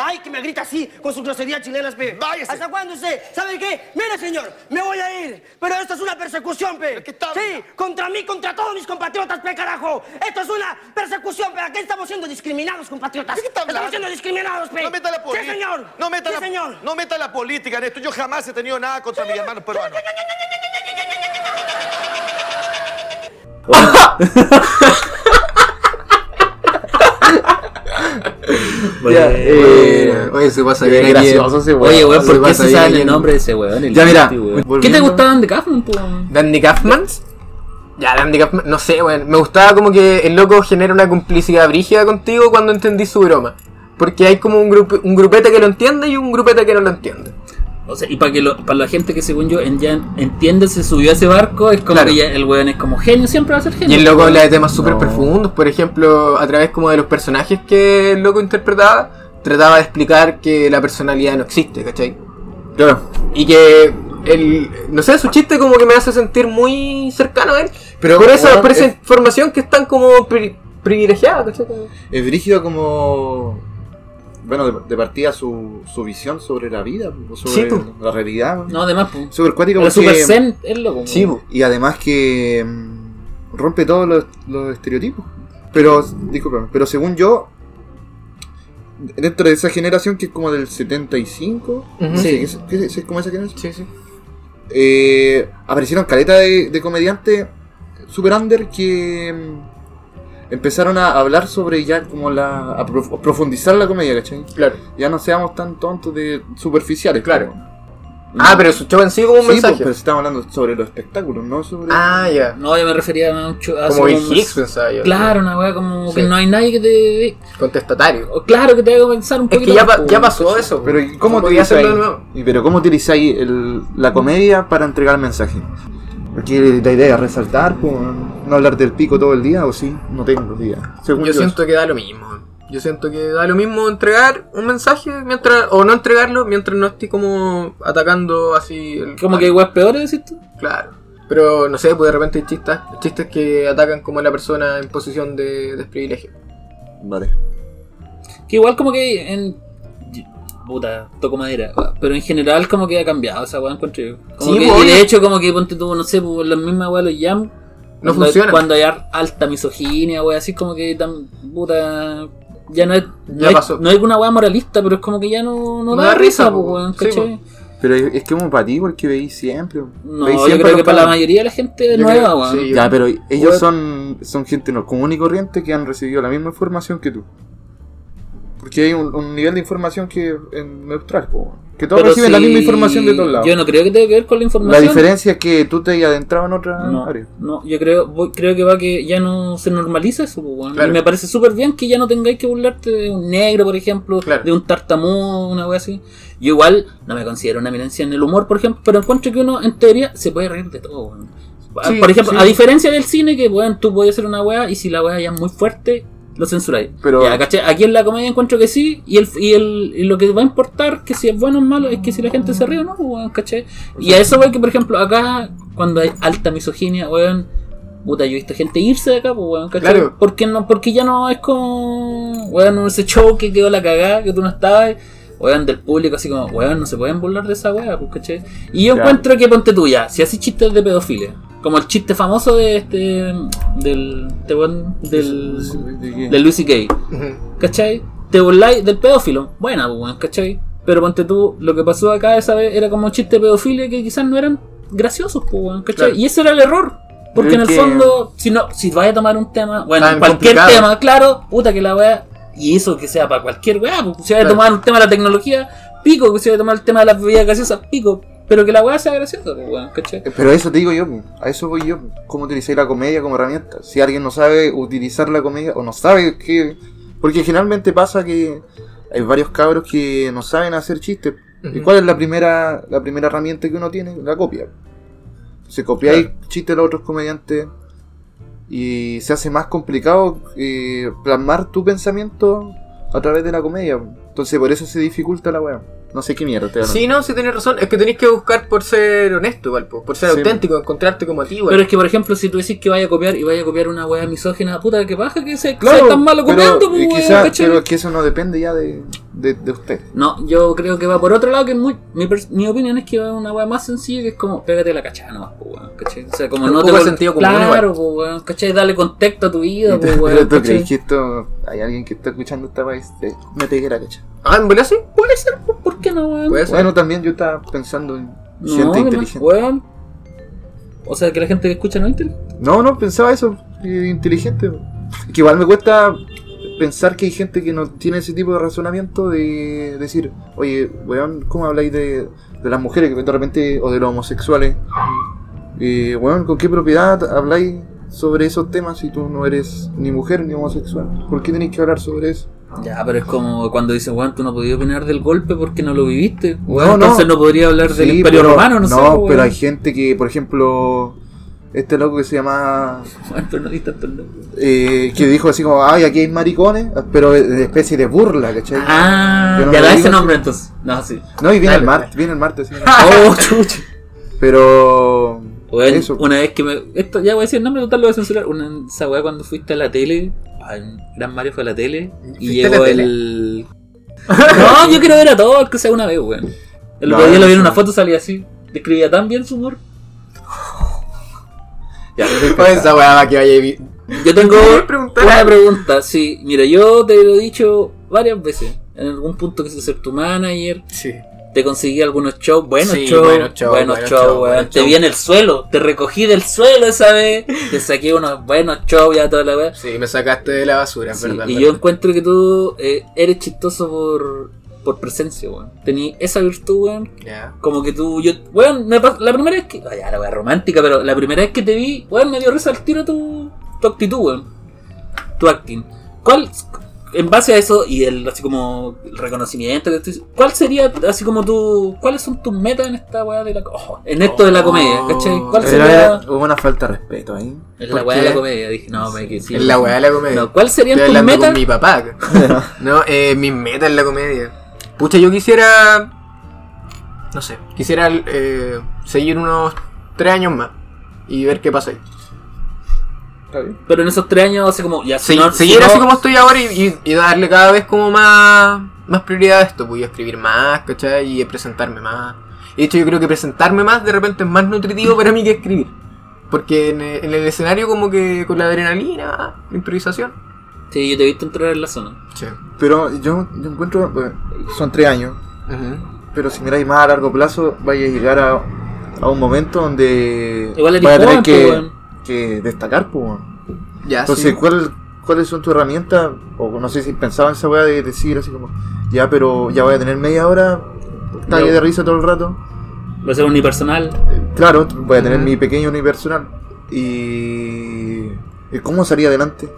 Speaker 6: Ay, que me grita así, con sus groserías chilenas, pe.
Speaker 7: Váyase.
Speaker 6: ¿Hasta cuándo usted? ¿Sabe qué? Mire, señor, me voy a ir. Pero esto es una persecución, pe.
Speaker 7: qué tal?
Speaker 6: Sí, contra mí, contra todos mis compatriotas, pe, carajo. Esto es una persecución, pe. Aquí estamos siendo discriminados, compatriotas.
Speaker 7: ¿De qué está hablando?
Speaker 6: Estamos siendo discriminados, pe.
Speaker 7: No meta la
Speaker 6: Sí,
Speaker 7: política.
Speaker 6: señor.
Speaker 7: No meta
Speaker 6: sí,
Speaker 7: la,
Speaker 6: señor.
Speaker 7: No meta la política en esto. Yo jamás he tenido nada contra mis hermanos peruanos.
Speaker 1: Bueno.
Speaker 2: Ya, eh,
Speaker 3: Oye, se pasa
Speaker 2: bien
Speaker 3: bien
Speaker 2: aquí,
Speaker 3: aquí.
Speaker 2: eh. ese weón.
Speaker 1: Oye, weón,
Speaker 3: Se
Speaker 1: ¿por qué
Speaker 3: pasa
Speaker 1: se
Speaker 3: bien
Speaker 1: sabe el
Speaker 3: en-
Speaker 1: nombre de ese weón? El
Speaker 2: Ya, mira,
Speaker 1: Inti, weón. ¿Qué te
Speaker 2: volviendo-
Speaker 1: gustaban de Kaufman, po?
Speaker 3: ¿De Andy Kaufman? Ya, de Andy Kaufman, no sé, weón. Me gustaba como que el loco genera una complicidad brígida contigo cuando entendí su broma. Porque hay como un, grup- un grupete que lo entiende y un grupete que no lo entiende.
Speaker 1: O sea, y para que lo- para la gente que según yo en- ya entiende, se subió a ese barco, es como
Speaker 3: Claro.
Speaker 1: que ya el weón es como genio, siempre va a ser
Speaker 3: Y
Speaker 1: genio.
Speaker 3: el loco habla de temas súper
Speaker 2: No.
Speaker 3: profundos, por ejemplo, a través como de los personajes que el loco interpretaba, trataba de explicar que la personalidad no existe, ¿cachai?
Speaker 2: Claro.
Speaker 3: Y que el, no sé, su chiste como que me hace sentir muy cercano a él.
Speaker 2: Pero,
Speaker 3: por esa,
Speaker 2: weón,
Speaker 3: por esa
Speaker 2: es-
Speaker 3: información que es tan como pri- privilegiada, ¿cachai? Como-
Speaker 2: Es brígido como. Bueno, de, de partida su, su visión sobre la vida, po, sobre
Speaker 3: Sí, po.
Speaker 2: la realidad. weón.
Speaker 1: No, además, po.
Speaker 2: Súper cuático
Speaker 1: Era super
Speaker 2: porque-
Speaker 1: zen, es loco. po.
Speaker 3: Sí, po.
Speaker 2: Y además que mm, rompe todos los, los estereotipos. Pero, discúlpame, pero según yo, dentro de esa generación que es como del 75,
Speaker 3: Ujú.
Speaker 2: no sé,
Speaker 1: Sí.
Speaker 2: ¿qué es, qué es- es como esa generación?
Speaker 3: Sí, sí.
Speaker 2: Eh, aparecieron caleta de, de comediantes super under que mm, empezaron a hablar sobre ya como la. a prof- a profundizar la comedia, ¿cachai?
Speaker 3: Claro.
Speaker 2: Ya no seamos tan tontos de superficiales.
Speaker 3: Claro.
Speaker 2: como-
Speaker 3: Ah, pero su show en sí como un
Speaker 2: Sí, pues,
Speaker 3: mensaje.
Speaker 2: pero estamos hablando sobre los espectáculos, no sobre.
Speaker 3: Ah, ya.
Speaker 1: No, yo me refería a un
Speaker 2: Ah,
Speaker 1: chu- a
Speaker 3: Como
Speaker 1: un-
Speaker 3: Bill
Speaker 2: pues.
Speaker 3: Hicks pensaba yo.
Speaker 1: Claro, una weá como que
Speaker 3: Sí.
Speaker 1: no hay nadie que te.
Speaker 3: Contestatario.
Speaker 1: o Claro que te haga pensar un
Speaker 3: Es
Speaker 1: poquito.
Speaker 3: que ya,
Speaker 1: más,
Speaker 3: pa-
Speaker 1: po.
Speaker 3: ya pasó eso.
Speaker 2: Pero ¿y ¿cómo
Speaker 3: No podía
Speaker 2: utilizáis-
Speaker 3: hacerlo de nuevo.
Speaker 2: y pero cómo utilizáis el- la comedia para entregar mensaje? Porque la idea es resaltar, pues, no hablar del pico todo el día, o sí, no tengo día. Según
Speaker 3: Yo siento que da lo mismo. Yo siento que da lo mismo entregar un mensaje mientras o no entregarlo mientras no esté como atacando así. el-
Speaker 1: Como que hay weas peores, decís tú.
Speaker 3: Claro. Pero no sé, pues de repente hay chistes, chistes que atacan como a la persona en posición de desprivilegio.
Speaker 2: Vale.
Speaker 1: Que igual como que en. Puta, toco madera. Pero en general como que ha cambiado esa weá, encuentro yo. Como
Speaker 3: Sí,
Speaker 1: que-
Speaker 3: pues,
Speaker 1: y de
Speaker 3: obvio.
Speaker 1: hecho como que ponte tú, no sé, pues, la misma weá los jam.
Speaker 3: No
Speaker 1: cuando-
Speaker 3: funciona.
Speaker 1: Cuando hay ar- alta misoginia, weá, así como que tan. Puta. Ya no es. No,
Speaker 3: Ya
Speaker 1: es-
Speaker 3: pasó.
Speaker 1: no es una weá moralista, pero es como que ya no, no
Speaker 3: No
Speaker 1: da
Speaker 3: da
Speaker 1: risa,
Speaker 3: risa,
Speaker 1: pues,
Speaker 3: po.
Speaker 1: weón,
Speaker 3: Sí,
Speaker 1: ¿cachai?
Speaker 2: Pero es es que como para ti, porque veis siempre.
Speaker 1: No,
Speaker 2: veis
Speaker 1: yo
Speaker 2: siempre
Speaker 1: creo
Speaker 2: los
Speaker 1: que para la
Speaker 2: cabros.
Speaker 1: mayoría de la gente
Speaker 3: Yo
Speaker 1: nueva,
Speaker 3: creo-
Speaker 1: weón.
Speaker 3: sí, yo-
Speaker 2: Ya, pero ellos
Speaker 3: Bueno.
Speaker 2: son, son gente no común y corriente que han recibido la misma información que tú. Porque hay un, un nivel de información que es neutral, pues, que todos
Speaker 1: Pero
Speaker 2: reciben la
Speaker 1: si-
Speaker 2: misma información de todos lados.
Speaker 1: Yo no creo que tenga que ver con la
Speaker 2: La
Speaker 1: información.
Speaker 2: diferencia es que tú te hayas adentrado en otra
Speaker 1: No,
Speaker 2: área.
Speaker 1: no, yo creo, voy- creo que va que ya no se normaliza eso, pues, weón.
Speaker 3: Claro.
Speaker 1: Y me parece súper bien que ya no tengáis que burlarte de un negro, por ejemplo,
Speaker 3: Claro.
Speaker 1: de un tartamudo, una wea así. Yo igual no me considero una eminencia en el humor, por ejemplo, pero encuentro que uno, en teoría, se puede reír de todo, weón.
Speaker 3: Sí,
Speaker 1: por ejemplo,
Speaker 3: sí.
Speaker 1: a diferencia del cine, que weón, tú puedes hacer una wea y si la wea ya es muy fuerte, lo censuráis.
Speaker 2: Pero-
Speaker 1: Ya, ¿cachai? Aquí en la comedia encuentro que sí, y, el, y, el, y lo que va a importar, que si es bueno o malo, es que si la gente se ríe o no, pues, weón, ¿cachai? Y a eso voy que, por ejemplo, acá, cuando hay alta misoginia, weón, Puta, yo he visto gente irse de acá, pues, weón, ¿cachai?
Speaker 3: Claro.
Speaker 1: Porque, no, porque ya no es como, weón, ese show que quedó la cagada, que tú no estabas, weón, del público, así como, weón, no se pueden burlar de esa weá, pues, ¿cachai? Y yo
Speaker 2: Ya.
Speaker 1: encuentro que ponte tuya, si haces chistes de pedofilia, como el chiste famoso de este, del, de, weón, del,
Speaker 2: ¿De qué?
Speaker 1: de Lucy Gay, ¿cachai? Te burláis del pedófilo, buena, pues, weón, ¿cachai? Pero ponte tú, lo que pasó acá esa vez era como un chiste de pedofilia que quizás no eran graciosos, pues, weón, ¿cachai?
Speaker 2: Claro.
Speaker 1: Y ese era el error. Porque en
Speaker 2: Pero
Speaker 1: el
Speaker 2: es que-
Speaker 1: fondo, si no, si vaya a tomar un tema, bueno,
Speaker 3: Tan
Speaker 1: cualquier
Speaker 3: complicado.
Speaker 1: tema, claro, puta que la weá, y eso que sea para cualquier weá, pues, si vaya a
Speaker 2: Claro.
Speaker 1: tomar un tema de la tecnología, pico, que si vaya a tomar el tema de las bebidas graciosas, pico, pero que la weá sea graciosa, pues, weón, ¿cachai?
Speaker 2: Pero eso te digo yo, po. a eso voy yo. po. ¿Cómo utilicé la comedia como herramienta? Si alguien no sabe utilizar la comedia o no sabe qué. Porque generalmente pasa que hay varios cabros que no saben hacer chistes. ¿Y cuál es la primera, la primera herramienta que uno tiene? La copia. Se copia chistes de los otros comediantes y se hace más complicado eh, plasmar tu pensamiento a través de la comedia. po. Entonces por eso se dificulta la weá. No sé qué mierda te
Speaker 3: Sí, no, sí tenés razón. Es que tenés que buscar por ser honesto, igual, po, por ser
Speaker 2: Sí.
Speaker 3: auténtico, encontrarte como a ti, igual.
Speaker 1: pues. Pero es que, por ejemplo, si tú decís que vaya a copiar y vaya a copiar una weá misógina, puta, que baja que se, sea tan malo copiando, pues,
Speaker 2: eh,
Speaker 1: weón,
Speaker 2: quizá-
Speaker 1: ¿cachai?
Speaker 2: pero es que eso no depende ya de, de, de usted.
Speaker 1: No, yo creo que va por otro lado, que es muy, mi, pers- mi opinión es que va una weá más sencilla, que es como pégate la cachada nomás, po, weón, ¿cachai? O sea, como
Speaker 3: Un
Speaker 1: no te
Speaker 3: poco
Speaker 1: vol-
Speaker 3: sentido común
Speaker 1: Claro, po, weón, ¿cachai? Dale contexto a tu vida, po,
Speaker 2: Pero
Speaker 1: pues, weón,
Speaker 2: tú
Speaker 1: ¿cachai?
Speaker 2: crees que esto, hay alguien que está escuchando esta país, eh, mete que la cacha.
Speaker 3: Ah, ¿en verdad sí?
Speaker 1: Puede ser, po, ¿por qué no, weón?
Speaker 3: Puede ser.
Speaker 2: Bueno, también yo estaba pensando en
Speaker 1: no,
Speaker 2: gente
Speaker 1: que no,
Speaker 2: inteligente.
Speaker 1: weón. O sea, que la gente que escucha no es inteligente.
Speaker 2: No, no, pensaba eso, eh, inteligente. Que igual me cuesta pensar que hay gente que no tiene ese tipo de razonamiento de decir, oye, weón, ¿cómo habláis de, de las mujeres que de repente, o de los homosexuales? Eh, weón, ¿con qué propiedad habláis sobre esos temas si tú no eres ni mujer ni homosexual? ¿Por qué tenéis que hablar sobre eso?
Speaker 1: Ya, pero es como cuando dicen, weón, tú no podías opinar del golpe porque no lo viviste.
Speaker 2: No,
Speaker 1: Weón,
Speaker 2: no.
Speaker 1: entonces no, podría hablar del
Speaker 2: Sí,
Speaker 1: imperio
Speaker 2: pero-
Speaker 1: romano, no, sé. po,
Speaker 2: pero
Speaker 1: weón.
Speaker 2: hay gente que, por ejemplo, este loco que se llama
Speaker 1: Weón, pero no di tanto nombre.
Speaker 2: eh, que dijo así como, ay, aquí hay maricones, pero de de especie de burla, ¿cachai?
Speaker 1: Ah,
Speaker 2: Eh, Yo no
Speaker 1: ya
Speaker 2: lo
Speaker 1: da
Speaker 2: digo
Speaker 1: ese
Speaker 2: así.
Speaker 1: nombre entonces. No, sí.
Speaker 2: No, y viene
Speaker 3: Dale,
Speaker 2: el martes, viene el martes, sí.
Speaker 1: oh, chucha.
Speaker 2: Pero...
Speaker 1: Weón,
Speaker 2: eso.
Speaker 1: una vez que me. Esto ya voy a decir el nombre, total lo voy a censurar. Una, esa weá cuando fuiste a la tele. al Gran Mario fue a la tele. Y
Speaker 3: ¿Fuiste a la
Speaker 1: llegó
Speaker 3: tele?
Speaker 1: el. no, yo quiero ver a todo el que sea una vez, weón. El otro
Speaker 2: No,
Speaker 1: día lo vi en
Speaker 2: no.
Speaker 1: una foto, salía así. Describía tan bien su humor.
Speaker 2: Ya,
Speaker 3: Pues esa weá va que vaya y vi-
Speaker 1: Yo tengo
Speaker 3: ¿Puedo preguntar
Speaker 1: una
Speaker 3: algo?
Speaker 1: pregunta, sí. Mira, yo te lo he dicho varias veces. En algún punto quise ser tu manager.
Speaker 3: Sí.
Speaker 1: Te conseguí algunos shows, buenos
Speaker 3: Sí,
Speaker 1: shows,
Speaker 3: buenos
Speaker 1: buenos
Speaker 3: shows,
Speaker 1: shows,
Speaker 3: buenos shows,
Speaker 1: weón.
Speaker 3: buenos
Speaker 1: Te
Speaker 3: shows.
Speaker 1: vi en el suelo, te recogí del suelo esa vez, te saqué unos buenos shows ya toda la weá.
Speaker 3: Sí, me sacaste de la basura, es
Speaker 1: Sí,
Speaker 3: verdad.
Speaker 1: y
Speaker 3: verdad.
Speaker 1: yo encuentro que tú eh, eres chistoso por, por presencia, weón. Tení esa virtud, weón.
Speaker 3: Ya.
Speaker 1: Como que tú, yo, weón, me pas- la primera vez que, ay, ya la weá romántica, pero la primera vez que te vi, weón, me dio risa al tiro tu, tu actitud, weón. Tu acting. ¿Cuál, en base a eso y el, así como, el reconocimiento que tú- cuál sería, así como tu, cuáles son tus metas en esta weá de la, co- oh, en esto de la comedia, ¿cachai? ¿Cuál
Speaker 2: Pero
Speaker 1: sería?
Speaker 2: era- hubo una falta de respeto ahí.
Speaker 1: En
Speaker 3: ¿por
Speaker 1: la weá de
Speaker 3: qué?
Speaker 1: la comedia, dije, no, me que sí.
Speaker 3: en la weá de la comedia.
Speaker 1: No, ¿cuál sería
Speaker 3: Estoy
Speaker 1: tu
Speaker 3: hablando
Speaker 1: meta?
Speaker 3: con mi papá. no, eh, mis metas en la comedia. Pucha, yo quisiera. No sé. Quisiera eh, seguir unos tres años más y ver qué pasa ahí.
Speaker 2: ¿Está bien?
Speaker 1: Pero en esos tres años, así como, ya
Speaker 3: Se-
Speaker 1: si no- si
Speaker 3: seguir
Speaker 1: no-
Speaker 3: así como estoy ahora y, y- y darle cada vez como más, más prioridad a esto. Voy a escribir más, ¿cachai? Y presentarme más. Y de hecho yo creo que presentarme más de repente es más nutritivo para mí que escribir. Porque en el, en el escenario como que con la adrenalina, la improvisación.
Speaker 1: Sí, yo te he visto entrar en la zona.
Speaker 3: Sí.
Speaker 2: Pero yo, yo encuentro, bueno, son tres años, pero si miráis más a largo plazo, vais a llegar a, a un momento donde
Speaker 1: Igual eres
Speaker 2: vais a tener
Speaker 1: joven, pues,
Speaker 2: que,
Speaker 1: weón. Ah,
Speaker 2: que destacar, pues. weón.
Speaker 3: Ya,
Speaker 2: Entonces,
Speaker 3: sí.
Speaker 2: ¿cuál, ¿cuáles son tus herramientas? O no sé si pensaba en esa weá de decir así como, ya, pero ya voy a tener media hora, calle
Speaker 1: Ya.
Speaker 2: de risa todo el rato.
Speaker 1: Va a ser unipersonal.
Speaker 2: Eh, Claro, voy a tener
Speaker 3: Ujú.
Speaker 2: mi pequeño unipersonal. Y. ¿y ¿Cómo salí adelante?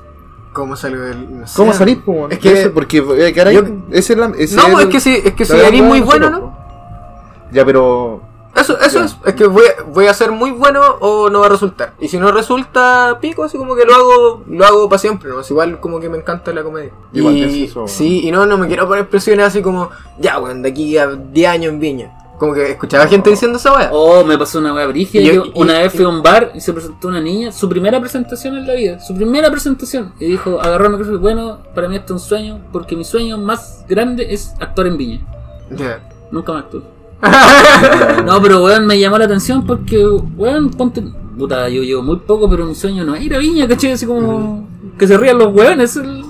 Speaker 3: ¿Cómo salgo del.? no sé.
Speaker 2: ¿Cómo salís, po? weón?
Speaker 3: Es que-
Speaker 2: Eso, porque voy a quedar ahí.
Speaker 3: yo-
Speaker 2: Ese es la- ese
Speaker 3: No, pues,
Speaker 2: el-
Speaker 3: es que si, es que
Speaker 2: la
Speaker 3: si
Speaker 2: gran
Speaker 3: eres
Speaker 2: weá
Speaker 3: muy
Speaker 2: de
Speaker 3: bueno,
Speaker 2: nosotros,
Speaker 3: ¿no?
Speaker 2: po. Ya, pero.
Speaker 3: Eso, eso
Speaker 2: Ya.
Speaker 3: es. Es que voy, a- voy a ser muy bueno o no va a resultar. Y si no resulta, pico, así como que lo hago lo hago para siempre. ¿no? Es igual como que me encanta la comedia.
Speaker 2: Igual
Speaker 3: y,
Speaker 2: que es eso,
Speaker 3: Sí, y no, no me quiero poner presiones así como, ya, weón, de aquí a 10 años en Viña. Como que escuchaba gente diciendo esa weá.
Speaker 1: Oh, me pasó una wea brígida.
Speaker 3: Y-
Speaker 1: Yo
Speaker 3: y-
Speaker 1: una vez
Speaker 3: y-
Speaker 1: fui a un bar y se presentó una niña, su primera presentación en la vida, su primera presentación. Y dijo, agarró el micrófono y bueno, para mí esto es un sueño, porque mi sueño más grande es actuar en Viña.
Speaker 3: Ya.
Speaker 1: Nunca más actué. no, pero weón, me llamó la atención porque, weón, ponte. Puta, yo llevo muy poco, pero mi sueño no es ir a Viña, caché, así como. Que se rían los weones. el-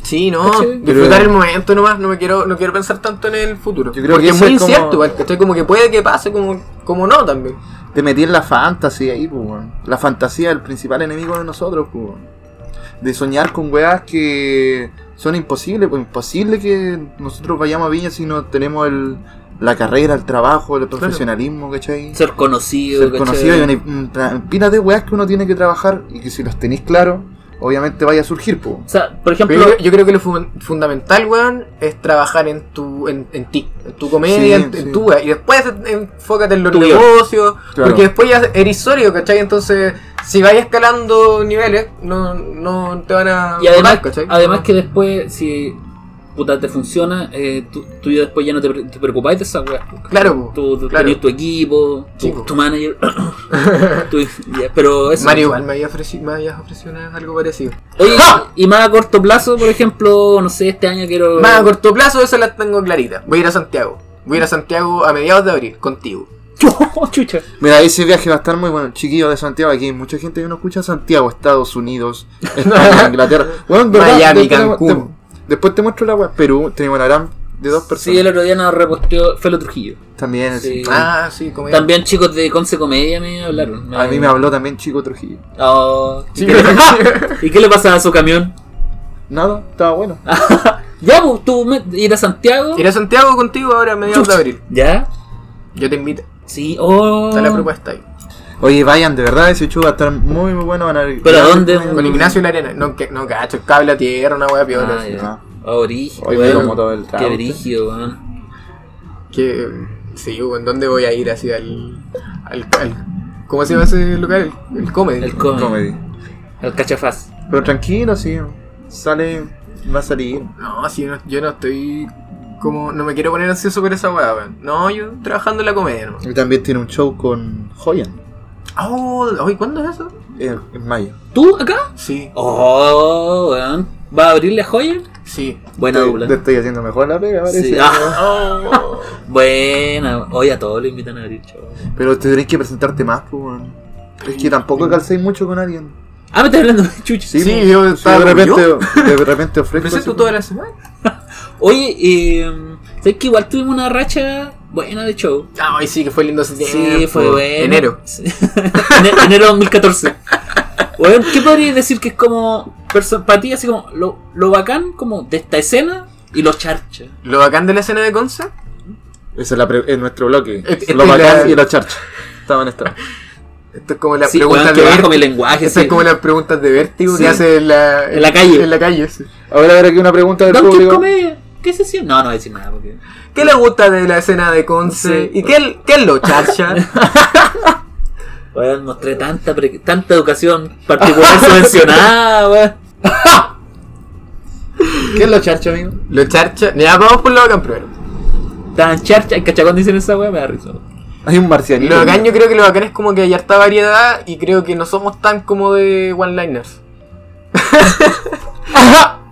Speaker 3: Sí, no,
Speaker 1: Caché.
Speaker 3: disfrutar el momento nomás, no me quiero, no quiero pensar tanto en el futuro.
Speaker 2: Yo creo
Speaker 3: Porque
Speaker 2: que
Speaker 3: es
Speaker 2: eso
Speaker 3: muy
Speaker 2: es como-
Speaker 3: incierto, igual, ¿cachai? Como que puede que pase, como, como no también.
Speaker 2: Te metí en la fantasía ahí, pues, weón. La fantasía, el principal enemigo de nosotros, pues, weón. De soñar con weas que son imposibles, pues, imposible que nosotros vayamos a Viña si no tenemos el, la carrera, el trabajo, el profesionalismo, ¿cachai?
Speaker 1: Ser conocido,
Speaker 2: Ser
Speaker 1: ¿cachai?
Speaker 2: conocido y una, un tra- pila de weas que uno tiene que trabajar y que si los tenéis claro, obviamente vaya a surgir, pues.
Speaker 1: O sea, por
Speaker 3: Pero yo,
Speaker 1: ejemplo,
Speaker 3: creo- yo creo que lo fun- fundamental, weón, es trabajar en tu, en, en ti, en tu comedia,
Speaker 2: Sí,
Speaker 3: en, en
Speaker 2: sí.
Speaker 3: tu weá. Y después enfócate en los
Speaker 1: Tuyo.
Speaker 3: negocios,
Speaker 2: Claro.
Speaker 3: porque después ya eres sólido, ¿cachai? Entonces, si vais escalando niveles, no, no te van a.
Speaker 1: Y además,
Speaker 3: borrar, ¿cachai?
Speaker 1: además que después, si puta te funciona, eh, tú, tú ya después ya no te, pre- te preocupáis de esa weá.
Speaker 3: Claro,
Speaker 1: Tú, tú
Speaker 3: claro.
Speaker 1: tenés tu equipo, tu,
Speaker 3: Sí, po.
Speaker 1: tu manager. tu- ya, pero eso.
Speaker 3: Mario, igual me habías ofrecido, me habías ofrecido una- algo parecido.
Speaker 1: Oye, y más a corto plazo, por ejemplo, no sé, este año quiero.
Speaker 3: Más a corto plazo, eso las tengo clarita. Voy a ir a Santiago. Voy a ir a Santiago a mediados de abril, contigo.
Speaker 1: Chucha.
Speaker 2: Mira, ese viaje va a estar muy bueno. Chiquillo de Santiago, aquí hay mucha gente que no escucha Santiago, Estados Unidos, España, Inglaterra. Bueno, en verdad,
Speaker 3: Miami,
Speaker 2: después te-
Speaker 3: Cancún.
Speaker 2: te- después te muestro la web. Perú, tenemos una gran de dos
Speaker 1: Sí,
Speaker 2: personas.
Speaker 1: el otro día nos reposteó Felo Trujillo.
Speaker 2: También,
Speaker 1: Sí.
Speaker 2: sí.
Speaker 3: Ah, sí, como
Speaker 1: También chicos de Conce Comedia me hablaron.
Speaker 2: A mí me habló también Chico Trujillo.
Speaker 1: Oh, ¿y, qué le, ¿Y qué le pasa a su camión?
Speaker 2: Nada, estaba bueno.
Speaker 1: ya, pues, tú me- ir a Santiago.
Speaker 3: Iré a Santiago contigo ahora a mediados de abril.
Speaker 1: ¿Ya?
Speaker 3: Yo te invito.
Speaker 1: Sí, oh.
Speaker 3: Está la propuesta ahí.
Speaker 2: Oye, vayan, de verdad, ese show va a estar muy, muy bueno. Van a...
Speaker 1: ¿Pero a dónde?
Speaker 3: Con Ignacio y la arena. No, que, no cacho, cable a tierra, una wea piola.
Speaker 1: Ah,
Speaker 3: así.
Speaker 1: ya.
Speaker 2: Ah.
Speaker 1: Oh, brígido,
Speaker 2: Hoy me
Speaker 1: weón.
Speaker 2: como todo el trago,
Speaker 1: Qué
Speaker 2: ¿sí?
Speaker 1: brígido, weón.
Speaker 3: Que. eh, Sí, ¿en dónde voy a ir así al. al, al- ¿Cómo se llama ese lugar? El, el comedy.
Speaker 1: El comedy.
Speaker 2: Comedy.
Speaker 1: El cachafaz.
Speaker 2: Pero tranquilo, sí. Sale, va a salir.
Speaker 3: No, si yo no, yo no estoy. Como, no me quiero poner ansioso por esa weá, weón. No, yo trabajando en la comedia nomás.
Speaker 2: Y también tiene un show con Joyan
Speaker 3: Oh, hoy ¿cuándo es eso?
Speaker 2: en, en mayo.
Speaker 1: ¿Tú acá?
Speaker 3: Sí,
Speaker 1: Oh, weón. ¿Va a abrir la joya?
Speaker 3: sí.
Speaker 1: Buena
Speaker 2: Estoy-
Speaker 1: dupla.
Speaker 2: Te estoy haciendo mejor la pega, parece.
Speaker 1: Sí. Ah. Buena. Hoy a todos lo invitan a abrir, chavo.
Speaker 2: Pero tendréis que presentarte más, pues, weón. Es que tampoco calcéis mucho con alguien.
Speaker 1: Ah, me estás hablando de chucha.
Speaker 3: Sí,
Speaker 2: pues,
Speaker 3: yo estaba
Speaker 2: de repente,
Speaker 3: como
Speaker 2: de repente ofrezco.
Speaker 3: Presento
Speaker 2: así,
Speaker 3: toda la semana.
Speaker 1: Oye, eh, ¿sabes que igual tuvimos una racha buena de show?
Speaker 3: Ah, hoy sí, que fue lindo ese
Speaker 1: Sí, fue bueno.
Speaker 3: Enero.
Speaker 1: Sí. Ene- enero 2014. Bueno, ¿qué podrías decir que es como perso- para ti así como lo, lo bacán como de esta escena y los charcha?
Speaker 3: Lo bacán de la escena de Conce
Speaker 2: Ese es, la pre- es nuestro bloque.
Speaker 3: Eh, eh,
Speaker 2: lo
Speaker 3: la-
Speaker 2: bacán y la charcha. Estaban estaban.
Speaker 3: Esto es como las
Speaker 1: Sí,
Speaker 3: preguntas
Speaker 1: weón,
Speaker 3: de
Speaker 1: que bajo
Speaker 3: vértigo.
Speaker 1: mi lenguaje.
Speaker 3: Esto es
Speaker 1: sí.
Speaker 3: como las preguntas de vértigo
Speaker 1: Sí.
Speaker 3: que hace en la,
Speaker 1: En la calle.
Speaker 3: En la calle, sí.
Speaker 2: A ver, a ver, aquí una pregunta del
Speaker 1: Don King
Speaker 2: público.
Speaker 1: Comedia, ¿Qué se siente? No, no voy a decir nada porque.
Speaker 3: ¿Qué le gusta de la escena de Conce?
Speaker 1: Sí.
Speaker 3: ¿Y qué, qué es lo charcha?
Speaker 1: Weón, mostré tanta pre- tanta educación particular subvencionada, weón.
Speaker 2: ¿Qué es la charcha, amigo?
Speaker 3: lo charcha. Ya, vamos por lo bacán primero.
Speaker 1: Tan charcha, el cachacón dicen esa weón, me da risa. weón.
Speaker 2: Hay un marcianito.
Speaker 3: Lo bacán yo creo que lo bacán es como que hay harta variedad y creo que no somos tan como de one-liners.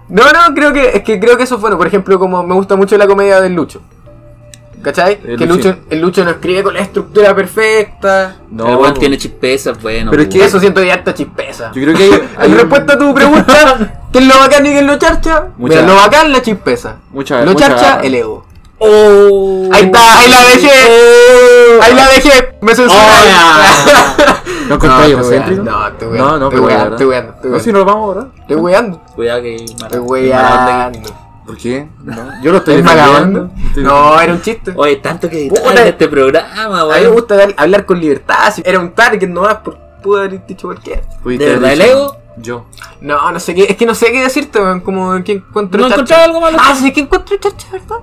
Speaker 3: no, no, creo que es que creo que eso es bueno. Por ejemplo, como me gusta mucho la comedia del Lucho. ¿Cachai?
Speaker 2: El
Speaker 3: que
Speaker 2: Luchín.
Speaker 3: Lucho, el Lucho no escribe con la estructura perfecta.
Speaker 2: No,
Speaker 1: el weón tiene chispezas, bueno.
Speaker 2: Pero es
Speaker 1: weón.
Speaker 3: Que eso siento de harta chispeza.
Speaker 2: Yo creo que hay, hay
Speaker 3: En
Speaker 2: un-
Speaker 3: respuesta a tu pregunta, ¿qué es lo bacán y qué es lo charcha?
Speaker 2: Mucha-
Speaker 3: Mira, lo bacán la chispeza.
Speaker 2: mucha-
Speaker 3: lo
Speaker 2: mucha
Speaker 3: charcha,
Speaker 2: garra.
Speaker 3: el ego.
Speaker 1: Oh.
Speaker 3: Ahí está, ahí la dejé. Ahí la dejé. Me censuraron.
Speaker 2: No
Speaker 3: No,
Speaker 2: encontráis
Speaker 3: estoy
Speaker 2: egocéntrico.
Speaker 3: weando, no, estoy weando,
Speaker 2: No, no,
Speaker 3: estoy
Speaker 2: pero
Speaker 3: weando,
Speaker 2: ¿verdad?
Speaker 3: estoy weando, estoy
Speaker 2: No,
Speaker 3: weando.
Speaker 2: si no lo vamos a borrar.
Speaker 3: Estoy weando.
Speaker 1: Cuidado que mala-
Speaker 3: Estoy
Speaker 1: mala onda
Speaker 3: weando.
Speaker 2: ¿Por qué? No. Yo lo estoy
Speaker 3: ¿Estoy
Speaker 2: defendiendo.
Speaker 3: vagabando?
Speaker 2: Estoy-
Speaker 3: No, era un chiste.
Speaker 1: que- Oye, tanto que editar
Speaker 3: Puta.
Speaker 1: en este programa,
Speaker 3: A mí me
Speaker 1: weón.
Speaker 3: gusta dar- hablar con libertad. si Era un target nomás, por pude haber dicho cualquier.
Speaker 2: Pudiste
Speaker 1: ¿De
Speaker 2: haber
Speaker 1: verdad el
Speaker 2: dicho,
Speaker 1: ego?
Speaker 2: Yo.
Speaker 3: No, no sé qué. Es que no sé qué decirte, weón. Como que encuentro
Speaker 1: ¿No
Speaker 3: charcha.
Speaker 1: encontraba algo malo?
Speaker 3: Ah, sí, que encuentro charcha, ¿verdad?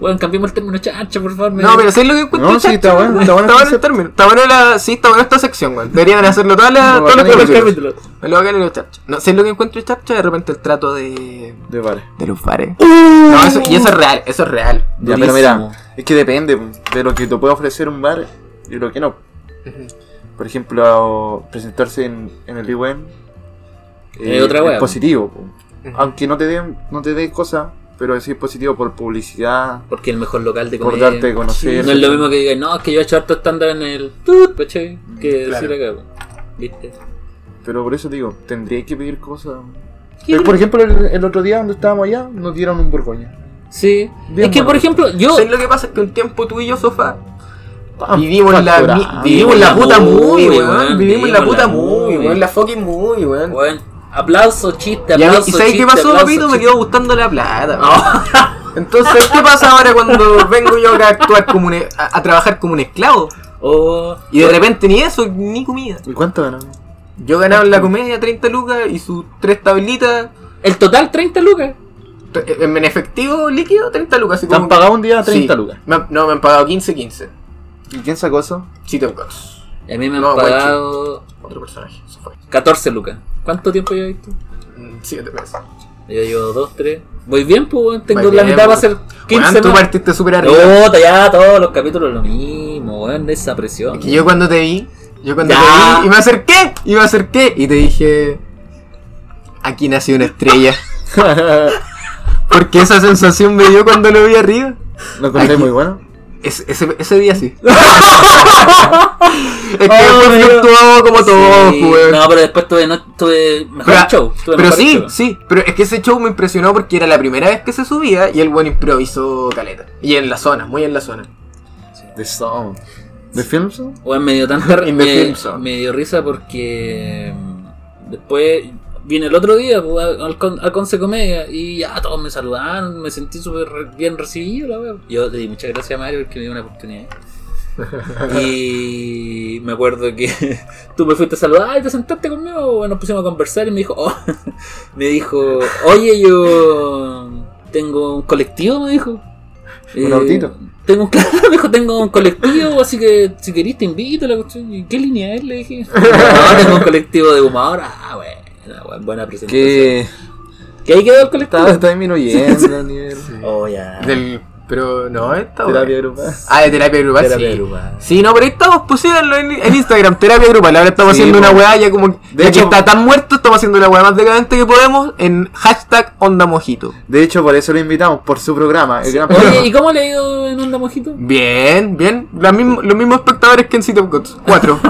Speaker 1: Weón, cambiemos el término chancho, por favor. me-
Speaker 3: No, pero ¿sabes lo que encuentro?
Speaker 2: No, sí,
Speaker 3: chacho,
Speaker 2: está bueno,
Speaker 3: weón?
Speaker 2: está bueno el
Speaker 3: el
Speaker 2: concepto.
Speaker 3: término. Está bueno la, sí, está bueno esta sección, weón. Deberían hacerlo todas las,
Speaker 2: No,
Speaker 3: todos los
Speaker 2: bacán el
Speaker 3: capítulos.
Speaker 1: capítulo.
Speaker 3: Me lo bacán y lo charcha. No, ¿sabes lo que encuentro charcha? De repente el trato de,
Speaker 2: De bares.
Speaker 3: de los bares.
Speaker 2: Uh.
Speaker 3: No, eso, y eso es real, eso es real.
Speaker 2: Ya, pero mira, es que depende de lo que te puede ofrecer un bar y lo que no. Por ejemplo, presentarse en, en el IWM
Speaker 1: Es otra wea.
Speaker 2: positivo. po. Aunque no te den no te dé cosas, pero sí es positivo por publicidad,
Speaker 1: Porque el mejor local de
Speaker 2: por
Speaker 1: comer.
Speaker 2: darte a conocer.
Speaker 1: No es lo mismo que digan, no, es que yo he hecho harto estándar en el. tut, ¿cachai? Que
Speaker 4: Claro.
Speaker 1: decir acá, weón. ¿Viste?
Speaker 2: Pero por eso digo, tendría que pedir cosas. Pero, por ejemplo, el, el otro día donde estábamos allá, nos dieron un borgoña.
Speaker 1: Sí.
Speaker 2: Bien
Speaker 1: es que, por
Speaker 2: barato.
Speaker 1: ejemplo, yo.
Speaker 3: ¿Sabes lo que pasa? Es que un tiempo tú y yo, sofá,
Speaker 2: Pam,
Speaker 3: vivimos la,
Speaker 2: Ah, facturado.
Speaker 3: mi- vivimos la puta movie, weón. Vivimos la puta movie,
Speaker 1: movie.
Speaker 3: weón. La fucking movie, weón.
Speaker 1: Weón, aplauso, chiste,
Speaker 3: Y, a mí-
Speaker 1: aplauso.
Speaker 3: ¿y ¿sabes
Speaker 1: chiste,
Speaker 3: qué pasó,
Speaker 1: aplauso,
Speaker 3: papito? Me
Speaker 1: chiste.
Speaker 3: quedó gustando la plata.
Speaker 2: Oh.
Speaker 3: weón. Entonces, ¿qué pasa ahora cuando vengo yo acá a actuar como un, e- a, a trabajar como un esclavo?
Speaker 1: Oh,
Speaker 3: Y de repente ni eso, ni comida.
Speaker 2: ¿Y cuánto ganaron?
Speaker 3: Yo ganaba en la comedia 30 lucas y sus tres tablitas
Speaker 1: el total 30 lucas.
Speaker 3: t- en en efectivo líquido 30 lucas. así
Speaker 2: ¿Te han
Speaker 3: como-
Speaker 2: pagado un día
Speaker 3: Sí.
Speaker 2: 30 lucas?
Speaker 3: Me han- no, me han pagado 15, 15.
Speaker 2: ¿Y quién sacó eso?
Speaker 3: Chito Cox.
Speaker 1: Y a mí me han
Speaker 3: No, guay,
Speaker 1: pagado
Speaker 3: Otro personaje, se fue.
Speaker 1: 14 lucas. ¿Cuánto tiempo llevas tú?
Speaker 3: Mm, Siete meses.
Speaker 1: Yo llevo 2, 3. Voy bien, pues, weón. Tengo
Speaker 3: Muy
Speaker 1: la
Speaker 3: bien,
Speaker 1: mitad para
Speaker 3: weón.
Speaker 1: hacer 15
Speaker 3: Weón, tú
Speaker 1: más.
Speaker 3: partiste súper arriba.
Speaker 1: Puta, ya todos los capítulos lo mismo, weón. Esa presión.
Speaker 3: Es que yo cuando te vi, yo cuando
Speaker 1: Oh. Ya.
Speaker 3: te vi, y me acerqué, y me acerqué, y te dije, aquí nació una estrella. Porque esa sensación me dio cuando lo vi arriba.
Speaker 2: Lo encontré muy bueno.
Speaker 3: Es- ese, ese día sí. es que
Speaker 1: Oh,
Speaker 3: después
Speaker 1: Dios.
Speaker 3: fluctuó como todo,
Speaker 1: Sí.
Speaker 3: weón.
Speaker 1: No, pues, pero después tuve, no, tuve mejor
Speaker 3: Pero,
Speaker 1: show. tuve
Speaker 3: pero
Speaker 1: mejor
Speaker 3: sí,
Speaker 1: show.
Speaker 3: sí, pero es que ese show me impresionó porque era la primera vez que se subía y el buen improvisó caleta. Y en la zona, muy en la zona.
Speaker 2: The Song. ¿De Filmson?
Speaker 1: Weón, me dio tanta
Speaker 3: In the
Speaker 1: me,
Speaker 3: film zone.
Speaker 1: me dio risa porque mm, después vine el otro día pues, al, con- al Conce Comedia y ya todos me saludaron, me sentí súper re- bien recibido, la weón. Yo le di muchas gracias a Mario porque me dio una oportunidad. y me acuerdo que tú me fuiste a saludar y te sentaste conmigo, weón, nos pusimos a conversar y me dijo, oh, me dijo, oye, yo tengo un colectivo, me dijo.
Speaker 2: Un autito.
Speaker 1: Tengo un, claro, me dijo, tengo un colectivo, así que si querís te invito. La cuestión. ¿Y ¿Qué línea es? Le dije. No, tengo un colectivo de humor. Ah, bueno, bueno, buena presentación.
Speaker 2: Que
Speaker 1: ¿Que ahí quedó el colectivo?
Speaker 2: está, está disminuyendo el nivel.
Speaker 1: Oh, ya.
Speaker 3: Del, pero no, esta
Speaker 2: Terapia
Speaker 3: weón.
Speaker 2: grupal.
Speaker 3: Ah, de terapia grupal.
Speaker 1: Terapia
Speaker 3: sí.
Speaker 1: grupal.
Speaker 3: Sí, no, pero ahí estamos pusiéndolo en, en Instagram, terapia grupal. Ahora estamos
Speaker 2: Sí,
Speaker 3: haciendo
Speaker 2: po.
Speaker 3: una
Speaker 1: pues.
Speaker 3: weá ya como. De
Speaker 2: hecho-
Speaker 3: que está tan muerto, estamos haciendo la weá más decadente que podemos en hashtag onda mojito.
Speaker 2: De hecho, por eso lo invitamos, por su programa. El gran programa.
Speaker 1: Oye, ¿y cómo le ha ido en Onda Mojito?
Speaker 3: Bien, bien. La misma- los mismos espectadores que en City of Gods. Cuatro.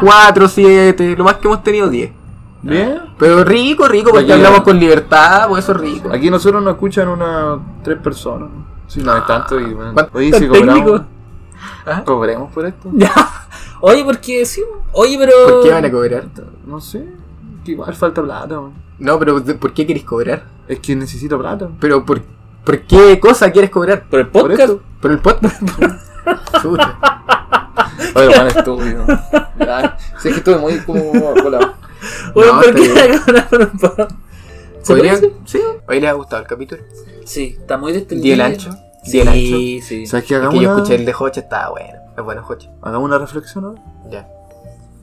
Speaker 3: Cuatro, siete. Lo más que hemos tenido, diez.
Speaker 2: Bien.
Speaker 3: Pero rico, rico, porque
Speaker 2: Oye.
Speaker 1: eh,
Speaker 3: hablamos con libertad, por eso es rico.
Speaker 2: Aquí nosotros nos escuchan unas tres personas. Si no es tanto y bueno.
Speaker 3: ¿Cuánto
Speaker 2: Oye, si
Speaker 3: técnico?
Speaker 2: cobramos.
Speaker 3: ¿Ah?
Speaker 2: ¿Cobremos por esto?
Speaker 1: Oye, porque sí. Oye, pero.
Speaker 3: ¿Por qué van a cobrar?
Speaker 2: No sé. Que igual falta plata, man.
Speaker 3: No, pero ¿de- ¿por qué queréis cobrar?
Speaker 2: Es que necesito plata.
Speaker 3: Pero ¿por, por qué cosa quieres cobrar?
Speaker 1: ¿Por el
Speaker 2: Por
Speaker 1: podcast?
Speaker 2: esto.
Speaker 3: Por el podcast. Chuta.
Speaker 2: Oye, man, estúpido. Ya, Si es que estuve muy como volado.
Speaker 1: Bueno,
Speaker 3: No,
Speaker 1: ¿por
Speaker 3: está
Speaker 1: qué
Speaker 3: bien.
Speaker 1: acabaron por- ¿Se
Speaker 3: ¿Podrían?
Speaker 1: parece?
Speaker 3: Sí. Hoy les ha gustado el capítulo.
Speaker 1: Sí, está muy distendido.
Speaker 3: Di el ancho. Di
Speaker 1: Sí,
Speaker 3: el
Speaker 1: sí.
Speaker 3: ancho.
Speaker 2: ¿Sabes qué?
Speaker 3: Es
Speaker 2: Hagamos,
Speaker 3: que yo
Speaker 2: una,
Speaker 3: escuché el de Hoche, estaba bueno. Es bueno, Hoche.
Speaker 2: hagamos una reflexión ahora.
Speaker 3: Ya.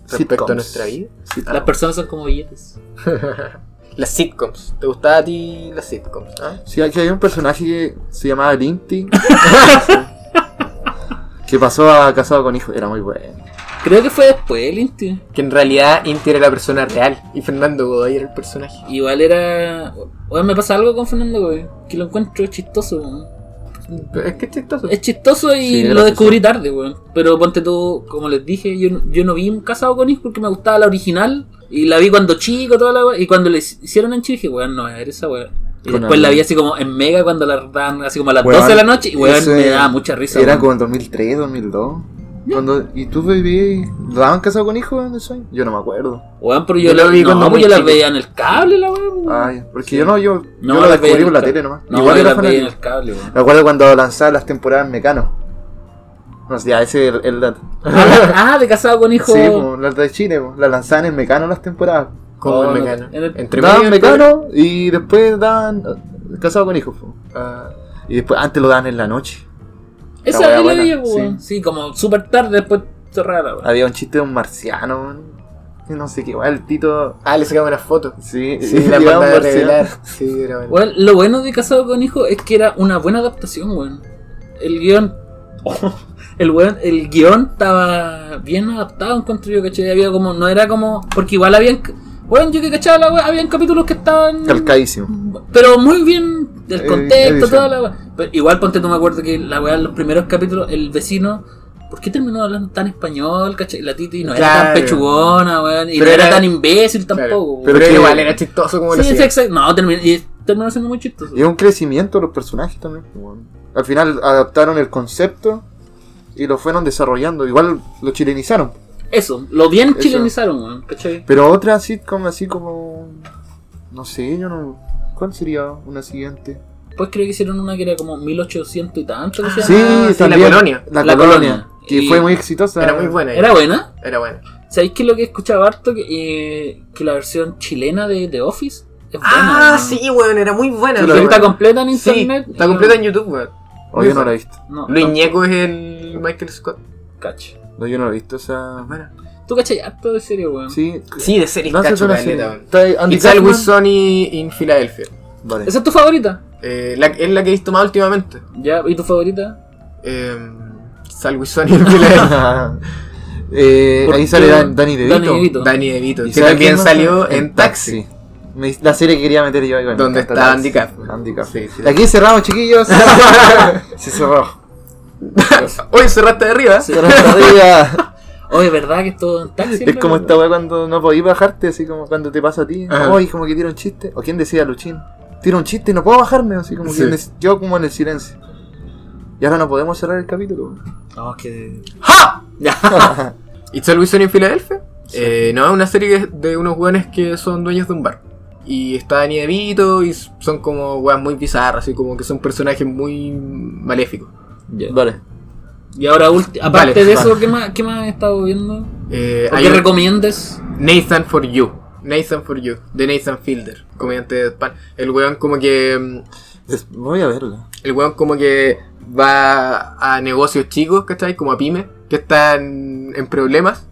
Speaker 3: Respecto a nuestra vida.
Speaker 1: Las personas son como billetes.
Speaker 3: Las sitcoms. ¿Te gustaba a ti las sitcoms? ah?
Speaker 2: Sí, aquí hay un personaje que se llamaba Linty. que pasó a casado con hijo. Era muy bueno.
Speaker 1: Creo que fue después el Inti.
Speaker 3: Que en realidad Inti era la persona real y Fernando Godoy era el personaje.
Speaker 1: Igual era. Oye, me pasa algo con Fernando, güey. Que lo encuentro chistoso, weón.
Speaker 3: Pero es que es chistoso.
Speaker 1: Es chistoso y
Speaker 2: Sí,
Speaker 1: lo
Speaker 2: gracioso.
Speaker 1: descubrí tarde, weón. Pero ponte tú, como les dije, yo, no- yo no vi un casado con hijos porque me gustaba la original. Y la vi cuando chico, toda la we- Y cuando le hicieron en Chile, dije, weón, no, era esa weón. Y
Speaker 2: Con
Speaker 1: después la vi
Speaker 2: alguien.
Speaker 1: así como en Mega cuando la dan así como a las
Speaker 2: Weón,
Speaker 1: 12 de la noche. Y weón,
Speaker 2: ese
Speaker 1: me daba mucha risa.
Speaker 2: Era
Speaker 1: weón.
Speaker 2: como en 2003, 2002. Cuando, ¿Y tú vivías? ¿Lo daban casado con hijo en el sueño? Yo no me acuerdo.
Speaker 1: Weón, pero yo,
Speaker 3: Yo la
Speaker 1: la
Speaker 3: vi
Speaker 1: no,
Speaker 3: cuando
Speaker 1: pues
Speaker 3: muy
Speaker 1: yo la
Speaker 3: chico.
Speaker 1: veía en el cable, la weón.
Speaker 2: Ay, porque yo no, yo,
Speaker 1: No,
Speaker 2: Ah, yo lo
Speaker 1: las veía
Speaker 2: descubrí
Speaker 1: en
Speaker 2: por la
Speaker 1: el
Speaker 2: tele
Speaker 1: cable.
Speaker 2: nomás.
Speaker 1: No,
Speaker 2: Igual
Speaker 1: yo
Speaker 2: era
Speaker 1: las veía en
Speaker 2: fanático.
Speaker 1: el cable, weón.
Speaker 2: Me acuerdo cuando lanzaban las temporadas Mecano. No sé, ya, ese es el, el dato.
Speaker 1: Ah, de casado con hijo.
Speaker 2: Sí, po, las de Chile, po, las lanzaban en Mecano las temporadas.
Speaker 3: Como
Speaker 1: Oh, no,
Speaker 3: en Mecano.
Speaker 1: en el-
Speaker 3: Entre medio
Speaker 2: daban
Speaker 3: y el-
Speaker 2: Mecano y después daban eh, Casado con Hijos. po.
Speaker 3: Ah,
Speaker 2: Y después, antes lo dan en la noche.
Speaker 1: Esa
Speaker 2: La
Speaker 1: era
Speaker 2: wea
Speaker 1: la
Speaker 2: buena,
Speaker 1: veía, po, weón. Sí, como súper tarde después cerrada la wea.
Speaker 2: Había un chiste de un marciano, weón. Y no sé qué, weón, el Tito.
Speaker 3: Ah, le sacaba una foto.
Speaker 2: Sí,
Speaker 3: Sí,
Speaker 2: y
Speaker 3: la
Speaker 2: llegaba un
Speaker 3: mandaba a
Speaker 2: marciano.
Speaker 3: revelar. Sí, era bueno.
Speaker 1: Weón, lo bueno de Casado con Hijo es que era una buena adaptación, weón. El guión. el, weón, el guión estaba bien adaptado, encuentro yo, ¿cachai? Había como. No era como. Porque igual habían. Weón, yo que cachaba la weón, habían capítulos que estaban.
Speaker 2: Calcadísimo.
Speaker 1: Pero muy bien
Speaker 2: Eh,
Speaker 1: el contexto,
Speaker 2: edición.
Speaker 1: toda la weá. Pero igual ponte tú, me acuerdo que la weá, los primeros capítulos, el vecino. ¿Por qué terminó hablando tan español, cachai? La Titi no era tan
Speaker 3: Claro.
Speaker 1: pechugona, weón. Y
Speaker 3: Pero
Speaker 1: no era,
Speaker 3: era-
Speaker 1: tan imbécil
Speaker 3: Claro.
Speaker 1: tampoco,
Speaker 3: Pero
Speaker 1: weón.
Speaker 2: Pero que-
Speaker 3: igual era chistoso como lo
Speaker 1: sí, sí,
Speaker 3: hacía.
Speaker 1: exacto. No, terminó, y terminó siendo muy chistoso.
Speaker 2: Y es un crecimiento de los personajes también. pues, weón. Al final adaptaron el concepto y lo fueron desarrollando. Igual lo chilenizaron.
Speaker 1: Eso, lo bien
Speaker 2: Eso.
Speaker 1: chilenizaron, weón, ¿cachai?
Speaker 2: Pero otra sitcom así como. No sé, yo no. ¿Cuál sería una siguiente?
Speaker 3: Ah,
Speaker 1: Pues creo que hicieron una que era como 1800 y tanto. que se
Speaker 2: Sí,
Speaker 1: llama.
Speaker 3: sí, La Colonia.
Speaker 2: La,
Speaker 1: La
Speaker 2: colonia.
Speaker 1: Colonia.
Speaker 2: Que
Speaker 1: Y-
Speaker 2: fue muy exitosa.
Speaker 3: Era muy buena.
Speaker 1: Era buena.
Speaker 3: Era buena.
Speaker 1: ¿Sabéis que lo que escuchaba harto? Que, eh, que la versión chilena de The Office es buena.
Speaker 3: Ah,
Speaker 1: weón.
Speaker 3: sí, weón, era muy buena.
Speaker 2: Sí,
Speaker 1: Que
Speaker 2: lo
Speaker 3: weón.
Speaker 1: está completa en
Speaker 3: Sí,
Speaker 1: internet.
Speaker 3: está completa en YouTube, weón.
Speaker 2: O Oh, yo no la he visto.
Speaker 1: No,
Speaker 3: Luis
Speaker 1: no,
Speaker 3: Ñeco es el Michael Scott.
Speaker 1: cacho.
Speaker 2: No, yo no la he visto esa.
Speaker 1: Tú cachai harto de serio, weón.
Speaker 2: Sí.
Speaker 3: Sí, de series
Speaker 2: No sé si
Speaker 3: cacho,
Speaker 2: una
Speaker 3: caleta,
Speaker 2: serie.
Speaker 3: weón.
Speaker 2: Está ahí Andy
Speaker 3: It's Always
Speaker 2: Kaufman.
Speaker 3: Sunny in Philadelphia.
Speaker 2: Vale.
Speaker 1: ¿Esa es tu favorita?
Speaker 3: Eh, la- es la que he visto más últimamente.
Speaker 1: Ya, ¿y tu favorita?
Speaker 3: Eh, It's Always Sunny in Philadelphia.
Speaker 2: Eh,
Speaker 1: ¿Por
Speaker 2: ahí
Speaker 1: qué?
Speaker 2: sale Dan- Danny DeVito.
Speaker 1: Danny DeVito.
Speaker 3: Danny DeVito,
Speaker 2: ¿Y
Speaker 3: que
Speaker 2: sabe quién
Speaker 3: también
Speaker 2: más?
Speaker 3: salió en Taxi.
Speaker 2: Me- La serie que quería meter yo ahí bueno,
Speaker 3: Donde
Speaker 2: me encanta
Speaker 3: está
Speaker 2: Taxi.
Speaker 3: Andy Kaufman.
Speaker 2: Andy Kaufman.
Speaker 3: Sí, sí.
Speaker 2: Y Aquí cerramos, chiquillos. Se cerró.
Speaker 3: Oye, cerraste de arriba.
Speaker 1: Sí.
Speaker 2: Cerró esta vida.
Speaker 1: Oye, ¿verdad que es todo en taxi?
Speaker 2: Es como
Speaker 1: weón?
Speaker 2: esta weá cuando no podís bajarte, así como cuando te pasa a ti.
Speaker 3: Ajá.
Speaker 2: Oye, como que tira un chiste. O quién decía Luchín. Tira un chiste y no puedo bajarme, así como
Speaker 3: Sí.
Speaker 2: que en el- yo como en el silencio. Y ahora no podemos cerrar el capítulo.
Speaker 1: No, es que.
Speaker 3: ¡Ja!
Speaker 1: Ya.
Speaker 3: It's Always Sunny en Filadelfia. Eh, no, es una serie que- de unos weones que son dueños de un bar. Y está Danny DeVito y s- son como weas muy bizarras, así como que son personajes muy maléficos.
Speaker 1: Ya.
Speaker 2: Vale.
Speaker 1: Y ahora, ulti- aparte
Speaker 3: Vale,
Speaker 1: de eso,
Speaker 3: vale.
Speaker 1: ¿qué, más, ¿qué más has estado viendo?
Speaker 3: Eh,
Speaker 1: ¿O
Speaker 3: hay
Speaker 1: qué
Speaker 3: un-
Speaker 1: recomiendes?
Speaker 3: Nathan for You. Nathan for You, de Nathan Fielder, comediante de Spam. El weón como que. mm,
Speaker 2: Des- Voy a verla.
Speaker 3: El weón como que va a negocios chicos, ¿cachai? Como a pymes, que están en problemas.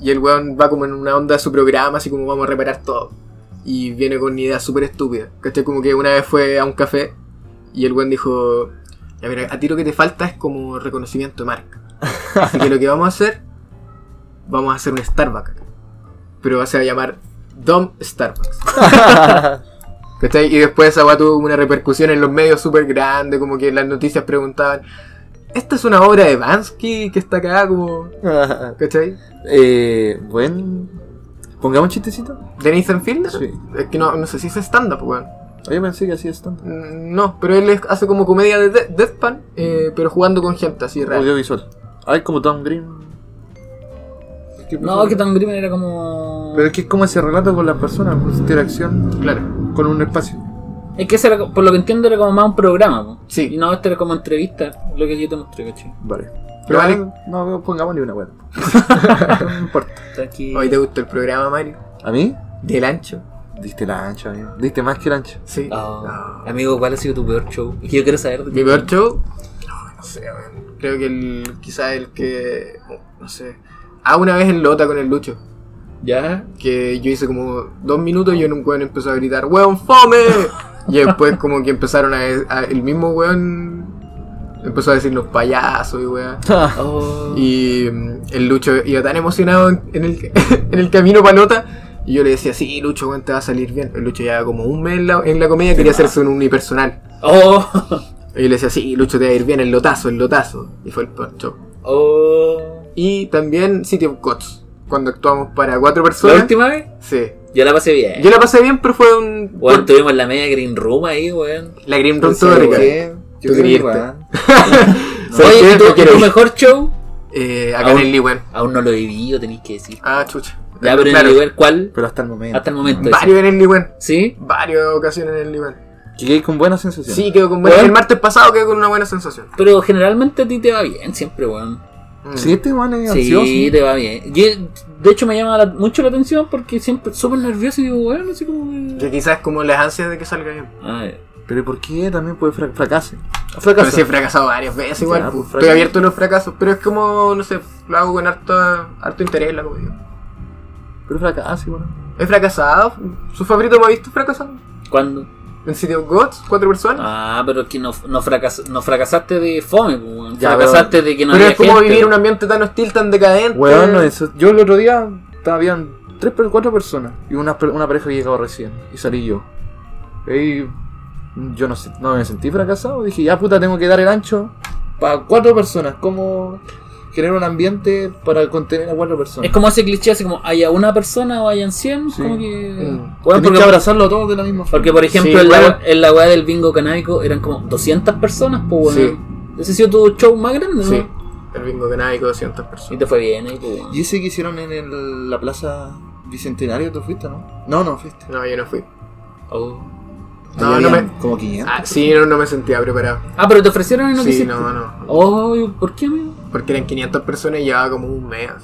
Speaker 3: Y el weón va como en una onda de su programa, así como vamos a reparar todo. Y viene con ideas súper estúpidas, ¿cachai? Como que una vez fue a un café y el weón dijo, "Ya, mira, a ti lo que te falta es como reconocimiento de marca. Así que lo que vamos a hacer, vamos a hacer un Starbucks. acá. Pero se va a llamar Dom Starbucks. ¿Cachai? Y después esa weá tuvo como una repercusión en los medios súper grande, como que en las noticias preguntaban, ¿esta es una obra de Bansky que está acá como... ¿Cachai?
Speaker 2: eh, buen. ¿Pongamos un chistecito?
Speaker 3: ¿De Nathan Fielder?
Speaker 2: Sí.
Speaker 3: Es que no, no sé si es stand-up, weón.
Speaker 2: Ah, Yo pensé que así es tanto.
Speaker 3: Mm, No, pero él es- hace como comedia de de- Deadpan, eh, pero jugando con gente así real.
Speaker 2: Audiovisual. Ah, es como Tom Green.
Speaker 1: No, que Tom Grimm era como.
Speaker 2: Pero es que es como ese relato con las personas, pues, interacción
Speaker 3: Claro.
Speaker 2: con un espacio.
Speaker 1: Es que ese era, co- por lo que entiendo, era como más un programa. po.
Speaker 3: Sí.
Speaker 1: Y no, este era como entrevista, lo que yo te mostré, ¿cachai?
Speaker 2: Vale. Pero
Speaker 3: Pero vale.
Speaker 2: no, no pongamos ni una weá. no importa.
Speaker 1: Tranqui.
Speaker 3: ¿Hoy te gustó el programa, Mario?
Speaker 2: ¿A mí?
Speaker 3: ¿Del ancho?
Speaker 2: Diste la ancha, amigo. Diste más que la ancha.
Speaker 3: Sí.
Speaker 1: Ah, Amigo, ¿cuál ha sido tu peor show? Es que yo quiero saber.
Speaker 3: Mi peor show, no, no sé, weón. creo que el, quizá el que, no sé. Ah, una vez en Lota con el Lucho.
Speaker 1: ¿Ya?
Speaker 3: que yo hice como dos minutos y en un weón empezó a gritar, weón, fome. Y después como que empezaron a, a- el mismo weón empezó a decirnos payasos y weón.
Speaker 1: Oh.
Speaker 3: Ah. Y mm, el Lucho iba tan emocionado en, en el, en el camino para nota. Y yo le decía, sí, Lucho, weón, te va a salir bien. El Lucho llevaba como un mes en la, en la comedia, quería hacerse un unipersonal.
Speaker 1: Oh.
Speaker 3: Y yo le decía, sí, Lucho, te va a ir bien, el lotazo, el lotazo. Y fue el peor show.
Speaker 1: Oh.
Speaker 3: Y también City of Gods, cuando actuamos para cuatro
Speaker 1: ¿La
Speaker 3: personas.
Speaker 1: última vez?
Speaker 3: Sí.
Speaker 1: Yo la pasé bien.
Speaker 3: Yo la pasé bien, pero fue un...
Speaker 1: Weón, tuvimos la media green room ahí, weón.
Speaker 3: La Green Room todo rica.
Speaker 2: Yo
Speaker 3: Tú
Speaker 2: quería
Speaker 3: querías
Speaker 2: irte.
Speaker 3: ¿Sabes
Speaker 1: Oye,
Speaker 3: qué?
Speaker 1: ¿y tu,
Speaker 3: No quiero
Speaker 1: tu
Speaker 3: ir.
Speaker 1: mejor show?
Speaker 3: Eh, acá
Speaker 1: Aún-
Speaker 3: en el Lee, weón.
Speaker 1: Aún no lo he vivido, tenéis que decir.
Speaker 3: Ah, chucha.
Speaker 1: Ya, pero en el nivel, ¿cuál?
Speaker 2: Pero hasta el momento.
Speaker 1: Hasta el momento.
Speaker 2: pues,
Speaker 1: ese.
Speaker 3: Varios en el Lee, weón.
Speaker 1: ¿Sí?
Speaker 3: Varias ocasiones en el Lee, weón.
Speaker 2: Llegué Mm. con buena sensación.
Speaker 3: Sí, quedó con buena.
Speaker 1: Weón.
Speaker 3: El martes pasado quedó con una buena sensación.
Speaker 1: Pero generalmente a ti te va bien siempre, weón.
Speaker 3: Mm.
Speaker 2: Sí, este man es ansioso.
Speaker 1: Sí, te va bien. Y, eh, de hecho, me llama la- mucho la atención porque siempre súper nervioso y digo, weón, así como. que-
Speaker 3: Que quizás es como las ansias de que salga bien.
Speaker 1: Ah, ya.
Speaker 2: Pero ¿y por qué también puede frac fracase?
Speaker 3: Pero
Speaker 2: Fracasa.
Speaker 3: sí he fracasado varias veces igual.
Speaker 2: Ya,
Speaker 3: pues,
Speaker 2: pues,
Speaker 3: estoy
Speaker 2: fracaso.
Speaker 3: abierto a los fracasos, pero es como, no sé, lo hago con harto, harto interés la comedia.
Speaker 2: Pero fracasa igual.
Speaker 3: He fracasado. ¿Su favorito me ha visto fracasado?
Speaker 1: ¿Cuándo?
Speaker 3: ¿En City of Gods? ¿Cuatro personas?
Speaker 1: Ah, pero es que no, no, fracas- no fracasaste de fome, pues, weón.
Speaker 2: Ya,
Speaker 1: fracasaste de que no
Speaker 3: pero
Speaker 1: había
Speaker 3: es como
Speaker 1: gente.
Speaker 3: vivir un ambiente tan hostil, tan decadente.
Speaker 2: Weón,
Speaker 1: Este-
Speaker 2: no, eso- yo el otro día estaba- habían tres, per- cuatro personas y una, per- una pareja que llegaba recién y salí yo. Y yo no, sé, no me sentí fracasado, dije, ya puta, tengo que dar el ancho para cuatro personas. ¿Cómo generar un ambiente para contener a cuatro personas?
Speaker 1: Es como ese cliché, así como haya una persona o hayan 100,
Speaker 2: Sí.
Speaker 1: como que...
Speaker 2: Mm.
Speaker 1: Weón,
Speaker 2: Tenés
Speaker 1: porque,
Speaker 2: que abrazarlo a todos de la misma forma.
Speaker 1: porque, por ejemplo,
Speaker 3: Sí,
Speaker 1: en, la,
Speaker 3: weón.
Speaker 1: en la weá del bingo canábico eran como 200 personas, pues, weón. Ese ha sido tu show más grande,
Speaker 3: Sí.
Speaker 1: ¿no?
Speaker 3: El bingo canábico, 200
Speaker 1: Y
Speaker 3: personas.
Speaker 1: te fue bien ahí, pues, weón.
Speaker 2: ¿Y ese que hicieron en el- la plaza Bicentenario tú fuiste, no? No, no fuiste.
Speaker 3: No, yo no fui.
Speaker 1: Oh.
Speaker 3: No,
Speaker 2: Ahí
Speaker 3: no
Speaker 2: habían
Speaker 3: me-
Speaker 2: Como 500.
Speaker 3: Ah, sí, no, no me sentía preparado.
Speaker 1: Ah, pero te ofrecieron y no
Speaker 3: Sí,
Speaker 1: quisiste.
Speaker 3: no, no.
Speaker 1: Oh, ¿por qué, amigo?
Speaker 3: Porque eran 500 personas y llevaba como un mes. Ah.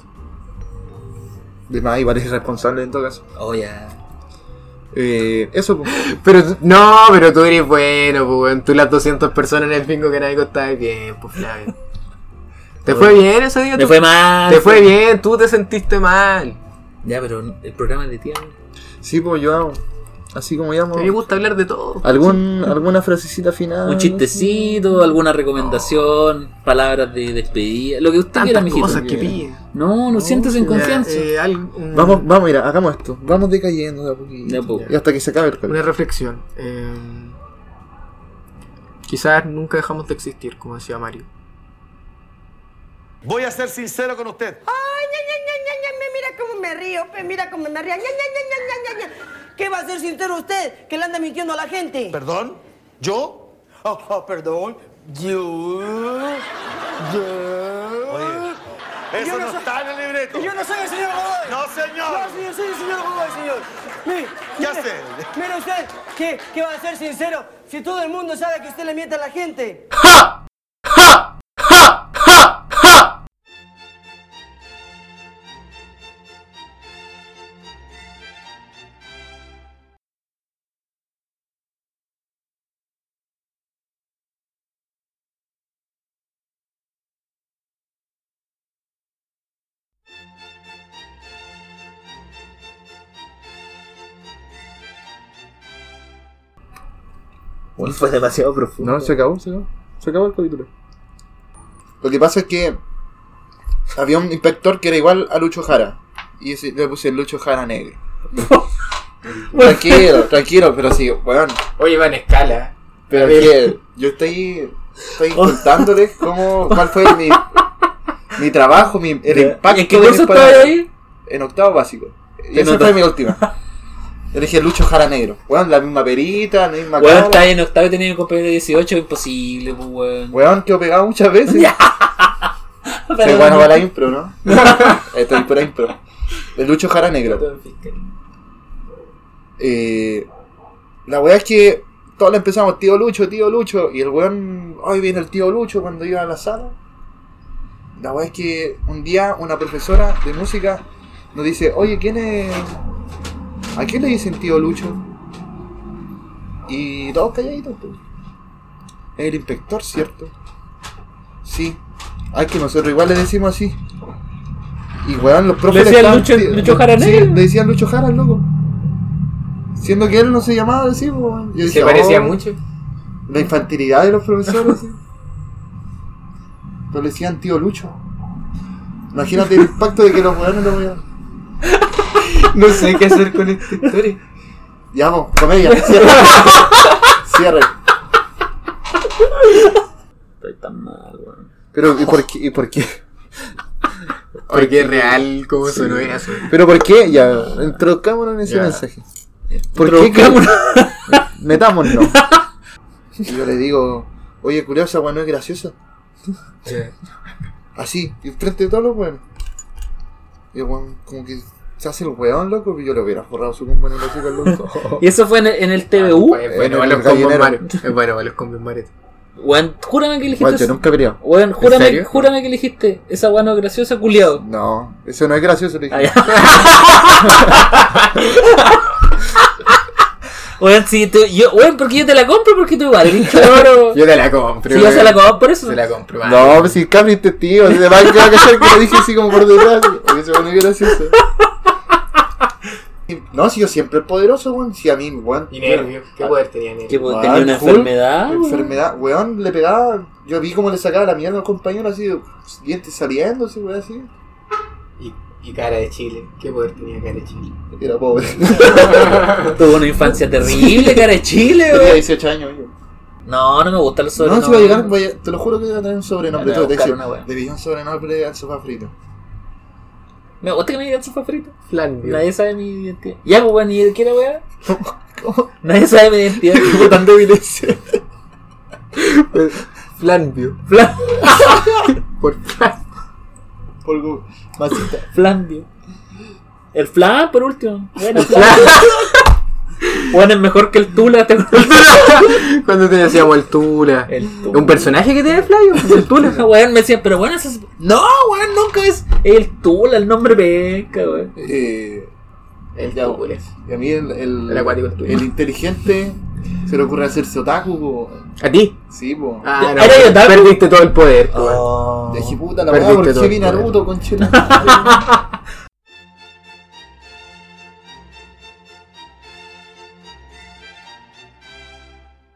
Speaker 2: De más, igual es irresponsable en todo caso.
Speaker 1: Oh, ya.
Speaker 2: Eh, eso, pues.
Speaker 3: Pero tú- no, pero tú eres bueno, pues weón. Tú las 200 personas en el bingo canábico estabas bien, pues Flavio. ¿Te fue bien ese día?
Speaker 1: Me
Speaker 3: tú?
Speaker 1: fue mal.
Speaker 3: Te fue bien, tú te sentiste mal.
Speaker 1: Ya, pero el programa es de ti, amigo.
Speaker 2: Sí, pues yo hago. Así como llamo.
Speaker 3: A mí me gusta hablar de todo.
Speaker 2: ¿Algún, ¿Alguna frasecita final?
Speaker 1: Un chistecito, alguna recomendación, palabras de despedida, lo que usted quiera,
Speaker 3: Oh. Tantas
Speaker 1: mijito.
Speaker 3: cosas que
Speaker 2: bien.
Speaker 3: pille.
Speaker 1: No, no sientes en confianza.
Speaker 3: Ya, eh, algo- un-
Speaker 2: Vamos, vamos, mira, hagamos esto. Vamos decayendo de a poquito.
Speaker 1: Ya, po.
Speaker 2: Y hasta que se acabe el
Speaker 3: Una
Speaker 2: calor.
Speaker 3: reflexión. eh, quizás nunca dejamos de existir, como decía Mario.
Speaker 7: Voy a ser sincero con usted.
Speaker 6: Ay, ña, ña, ña, ña, ña, me mira cómo me río, pe, mira cómo me río. Ña, ña, ña, ña, ña, ña, ña. ¿Qué va a ser sincero usted que le anda mintiendo a la gente?
Speaker 7: ¿Perdón? ¿Yo?
Speaker 6: Oh, oh, perdón. Yo. Yo.
Speaker 7: Oye, eso
Speaker 6: Yo no
Speaker 7: no
Speaker 6: soy-
Speaker 7: está en el libreto.
Speaker 6: Yo no soy el señor Godoy.
Speaker 7: No, señor.
Speaker 6: No, señor, soy el señor Godoy, señor. Mire,
Speaker 7: Ya
Speaker 6: mire,
Speaker 7: sé.
Speaker 6: Mire usted, que, que va a ser sincero si todo el mundo sabe que usted le miente a la gente.
Speaker 1: fue demasiado profundo.
Speaker 2: No, se acabó, se acabó. Se acabó el capítulo. Lo que pasa es que había un inspector que era igual a Lucho Jara. Y ese- le puse Lucho Jara negro. tranquilo, tranquilo, pero sí, weón.
Speaker 3: Oye, va en escala.
Speaker 2: Pero es que yo estoy, estoy
Speaker 1: Oh.
Speaker 2: contándoles cómo, cuál fue mi, mi trabajo, mi, el impacto.
Speaker 1: ¿En qué
Speaker 2: de
Speaker 1: curso
Speaker 2: mis palabras.
Speaker 1: estaba ahí?
Speaker 2: En octavo básico. Y esa
Speaker 1: noto.
Speaker 2: fue mi última. Yo dije Lucho Jara Negro. Weón, la misma perita, la misma
Speaker 1: Weón,
Speaker 2: cara.
Speaker 1: está ahí en octavo y tenía un compañero de 18, imposible, pues, weón.
Speaker 2: Weón, quedó pegado muchas veces. Soy
Speaker 1: Pero-
Speaker 2: bueno para la impro, ¿no? Estoy para impro. El Lucho Jara Negro. Eh, la weá es que todos le empezamos, tío Lucho, tío Lucho. Y el weón, hoy viene el tío Lucho cuando iba a la sala. La weá es que un día una profesora de música nos dice, oye, ¿quién es... ¿A quién le dicen tío Lucho? Y todos calladitos. pues. El inspector, ¿cierto? Sí. Ay, que nosotros igual le decimos así. Y weón, los profes
Speaker 1: Le decían
Speaker 2: estaban-
Speaker 1: Lucho- Lucho Jara
Speaker 2: Sí,
Speaker 1: Negro.
Speaker 2: le decían Lucho Jara, loco. Siendo que él no se llamaba así, pues, weón. Yo
Speaker 3: Se
Speaker 2: dije,
Speaker 3: parecía
Speaker 2: oh,
Speaker 3: mucho.
Speaker 2: La infantilidad de los profesores. sí. Pero le decían tío Lucho. Imagínate el impacto de que los weones lo vean.
Speaker 3: No sé qué hacer con esta historia.
Speaker 2: Ya, vos, comedia, cierre. cierre.
Speaker 1: Estoy tan mal, weón.
Speaker 2: Pero, ¿y por qué? ¿Y por qué?
Speaker 3: Porque es real como sonó eso.
Speaker 2: Pero ¿por qué? Ya, entrocámonos en ese
Speaker 3: Ya.
Speaker 2: mensaje. ¿Por qué? cre- Metámonos. Y yo le digo, oye, curiosa, weón, no es graciosa. Así, y frente de todos los weones. Y el weón, como que se hace el weón, loco, y yo le hubiera forrado su combo en el hocico al loco.
Speaker 1: Y eso fue en el, en el TVU.
Speaker 3: Es
Speaker 2: En
Speaker 3: bueno
Speaker 2: el
Speaker 3: para los combos
Speaker 2: gallinero.
Speaker 3: mares. Es bueno para los combos mares.
Speaker 1: Weón, júrame que
Speaker 2: Weón,
Speaker 1: elegiste.
Speaker 2: yo
Speaker 1: esa-
Speaker 2: nunca he peleado.
Speaker 1: Weón, júrame,
Speaker 3: serio?
Speaker 1: júrame que elegiste. Esa weón no es graciosa, culiado.
Speaker 2: No, eso no Ah, es gracioso, le dije.
Speaker 1: Ah, ya. Weón, si tú- yo, weón, porque yo te la compro porque tú igual eres choro.
Speaker 3: Yo te la compro.
Speaker 1: Si yo se la compro por eso.
Speaker 3: Se la compro, man.
Speaker 2: No, pero si Capri este tío, se va a cachar que lo dije así como por detrás. Y se pone gracioso. No, si yo siempre el poderoso, weón. Si a mí, weón.
Speaker 3: Y nervio. ¿Qué
Speaker 1: Ah.
Speaker 3: poder tenía nervio?
Speaker 1: Que pues,
Speaker 2: Ah,
Speaker 1: tenía una
Speaker 2: full
Speaker 1: enfermedad. weón.
Speaker 2: Enfermedad, weón, le pegaba. Yo vi cómo le sacaba la mierda al compañero así, dientes saliendo, así, weón, así.
Speaker 3: Y, y cara de Chile. ¿Qué poder tenía cara de Chile?
Speaker 2: Era pobre.
Speaker 1: Tuvo una infancia terrible, cara de Chile,
Speaker 2: Tenía
Speaker 1: weón.
Speaker 2: 18 años, yo.
Speaker 1: No, no me gusta el sobre.
Speaker 2: No, si va a llegar, voy a- te lo juro que iba a tener un sobrenombre.
Speaker 3: Ya, voy a
Speaker 2: Te
Speaker 3: buscar
Speaker 2: decía,
Speaker 3: una wea.
Speaker 2: Le pidió un sobrenombre al sofá frito.
Speaker 1: Me gusta que me digan su favorito.
Speaker 3: Flandio.
Speaker 1: Nadie sabe mi identidad. Ya, pues, weón, ¿y qué era, weón? Nadie sabe mi identidad.
Speaker 2: Botando evidencia.
Speaker 3: Flandio.
Speaker 1: Flan-
Speaker 3: Por Flan.
Speaker 2: Por Google. Masita.
Speaker 1: Flandio. El flan, por último. Bueno, flan. Bueno, es mejor que el Tula. Te...
Speaker 3: Cuando te decíamos el Tula.
Speaker 1: El Tula.
Speaker 3: Un personaje que tiene Flavio. El Tula.
Speaker 1: Weón, me decían, pero bueno, eso es... No, weón, nunca es el Tula, el nombre venga, weón.
Speaker 2: Eh,
Speaker 3: El
Speaker 2: ya,
Speaker 3: Tula.
Speaker 2: y a mí el, el,
Speaker 3: El acuático es tuyo.
Speaker 2: el inteligente se le ocurre hacerse otaku, po.
Speaker 3: ¿A ti?
Speaker 2: Sí, po.
Speaker 3: Ah, no.
Speaker 1: Era yo tal-
Speaker 3: Perdiste todo el poder. tú,
Speaker 2: De puta la verdad,
Speaker 3: Perdiste
Speaker 2: ¿por
Speaker 3: todo
Speaker 2: qué
Speaker 3: el
Speaker 2: vi
Speaker 3: poder.
Speaker 2: Naruto, conchita?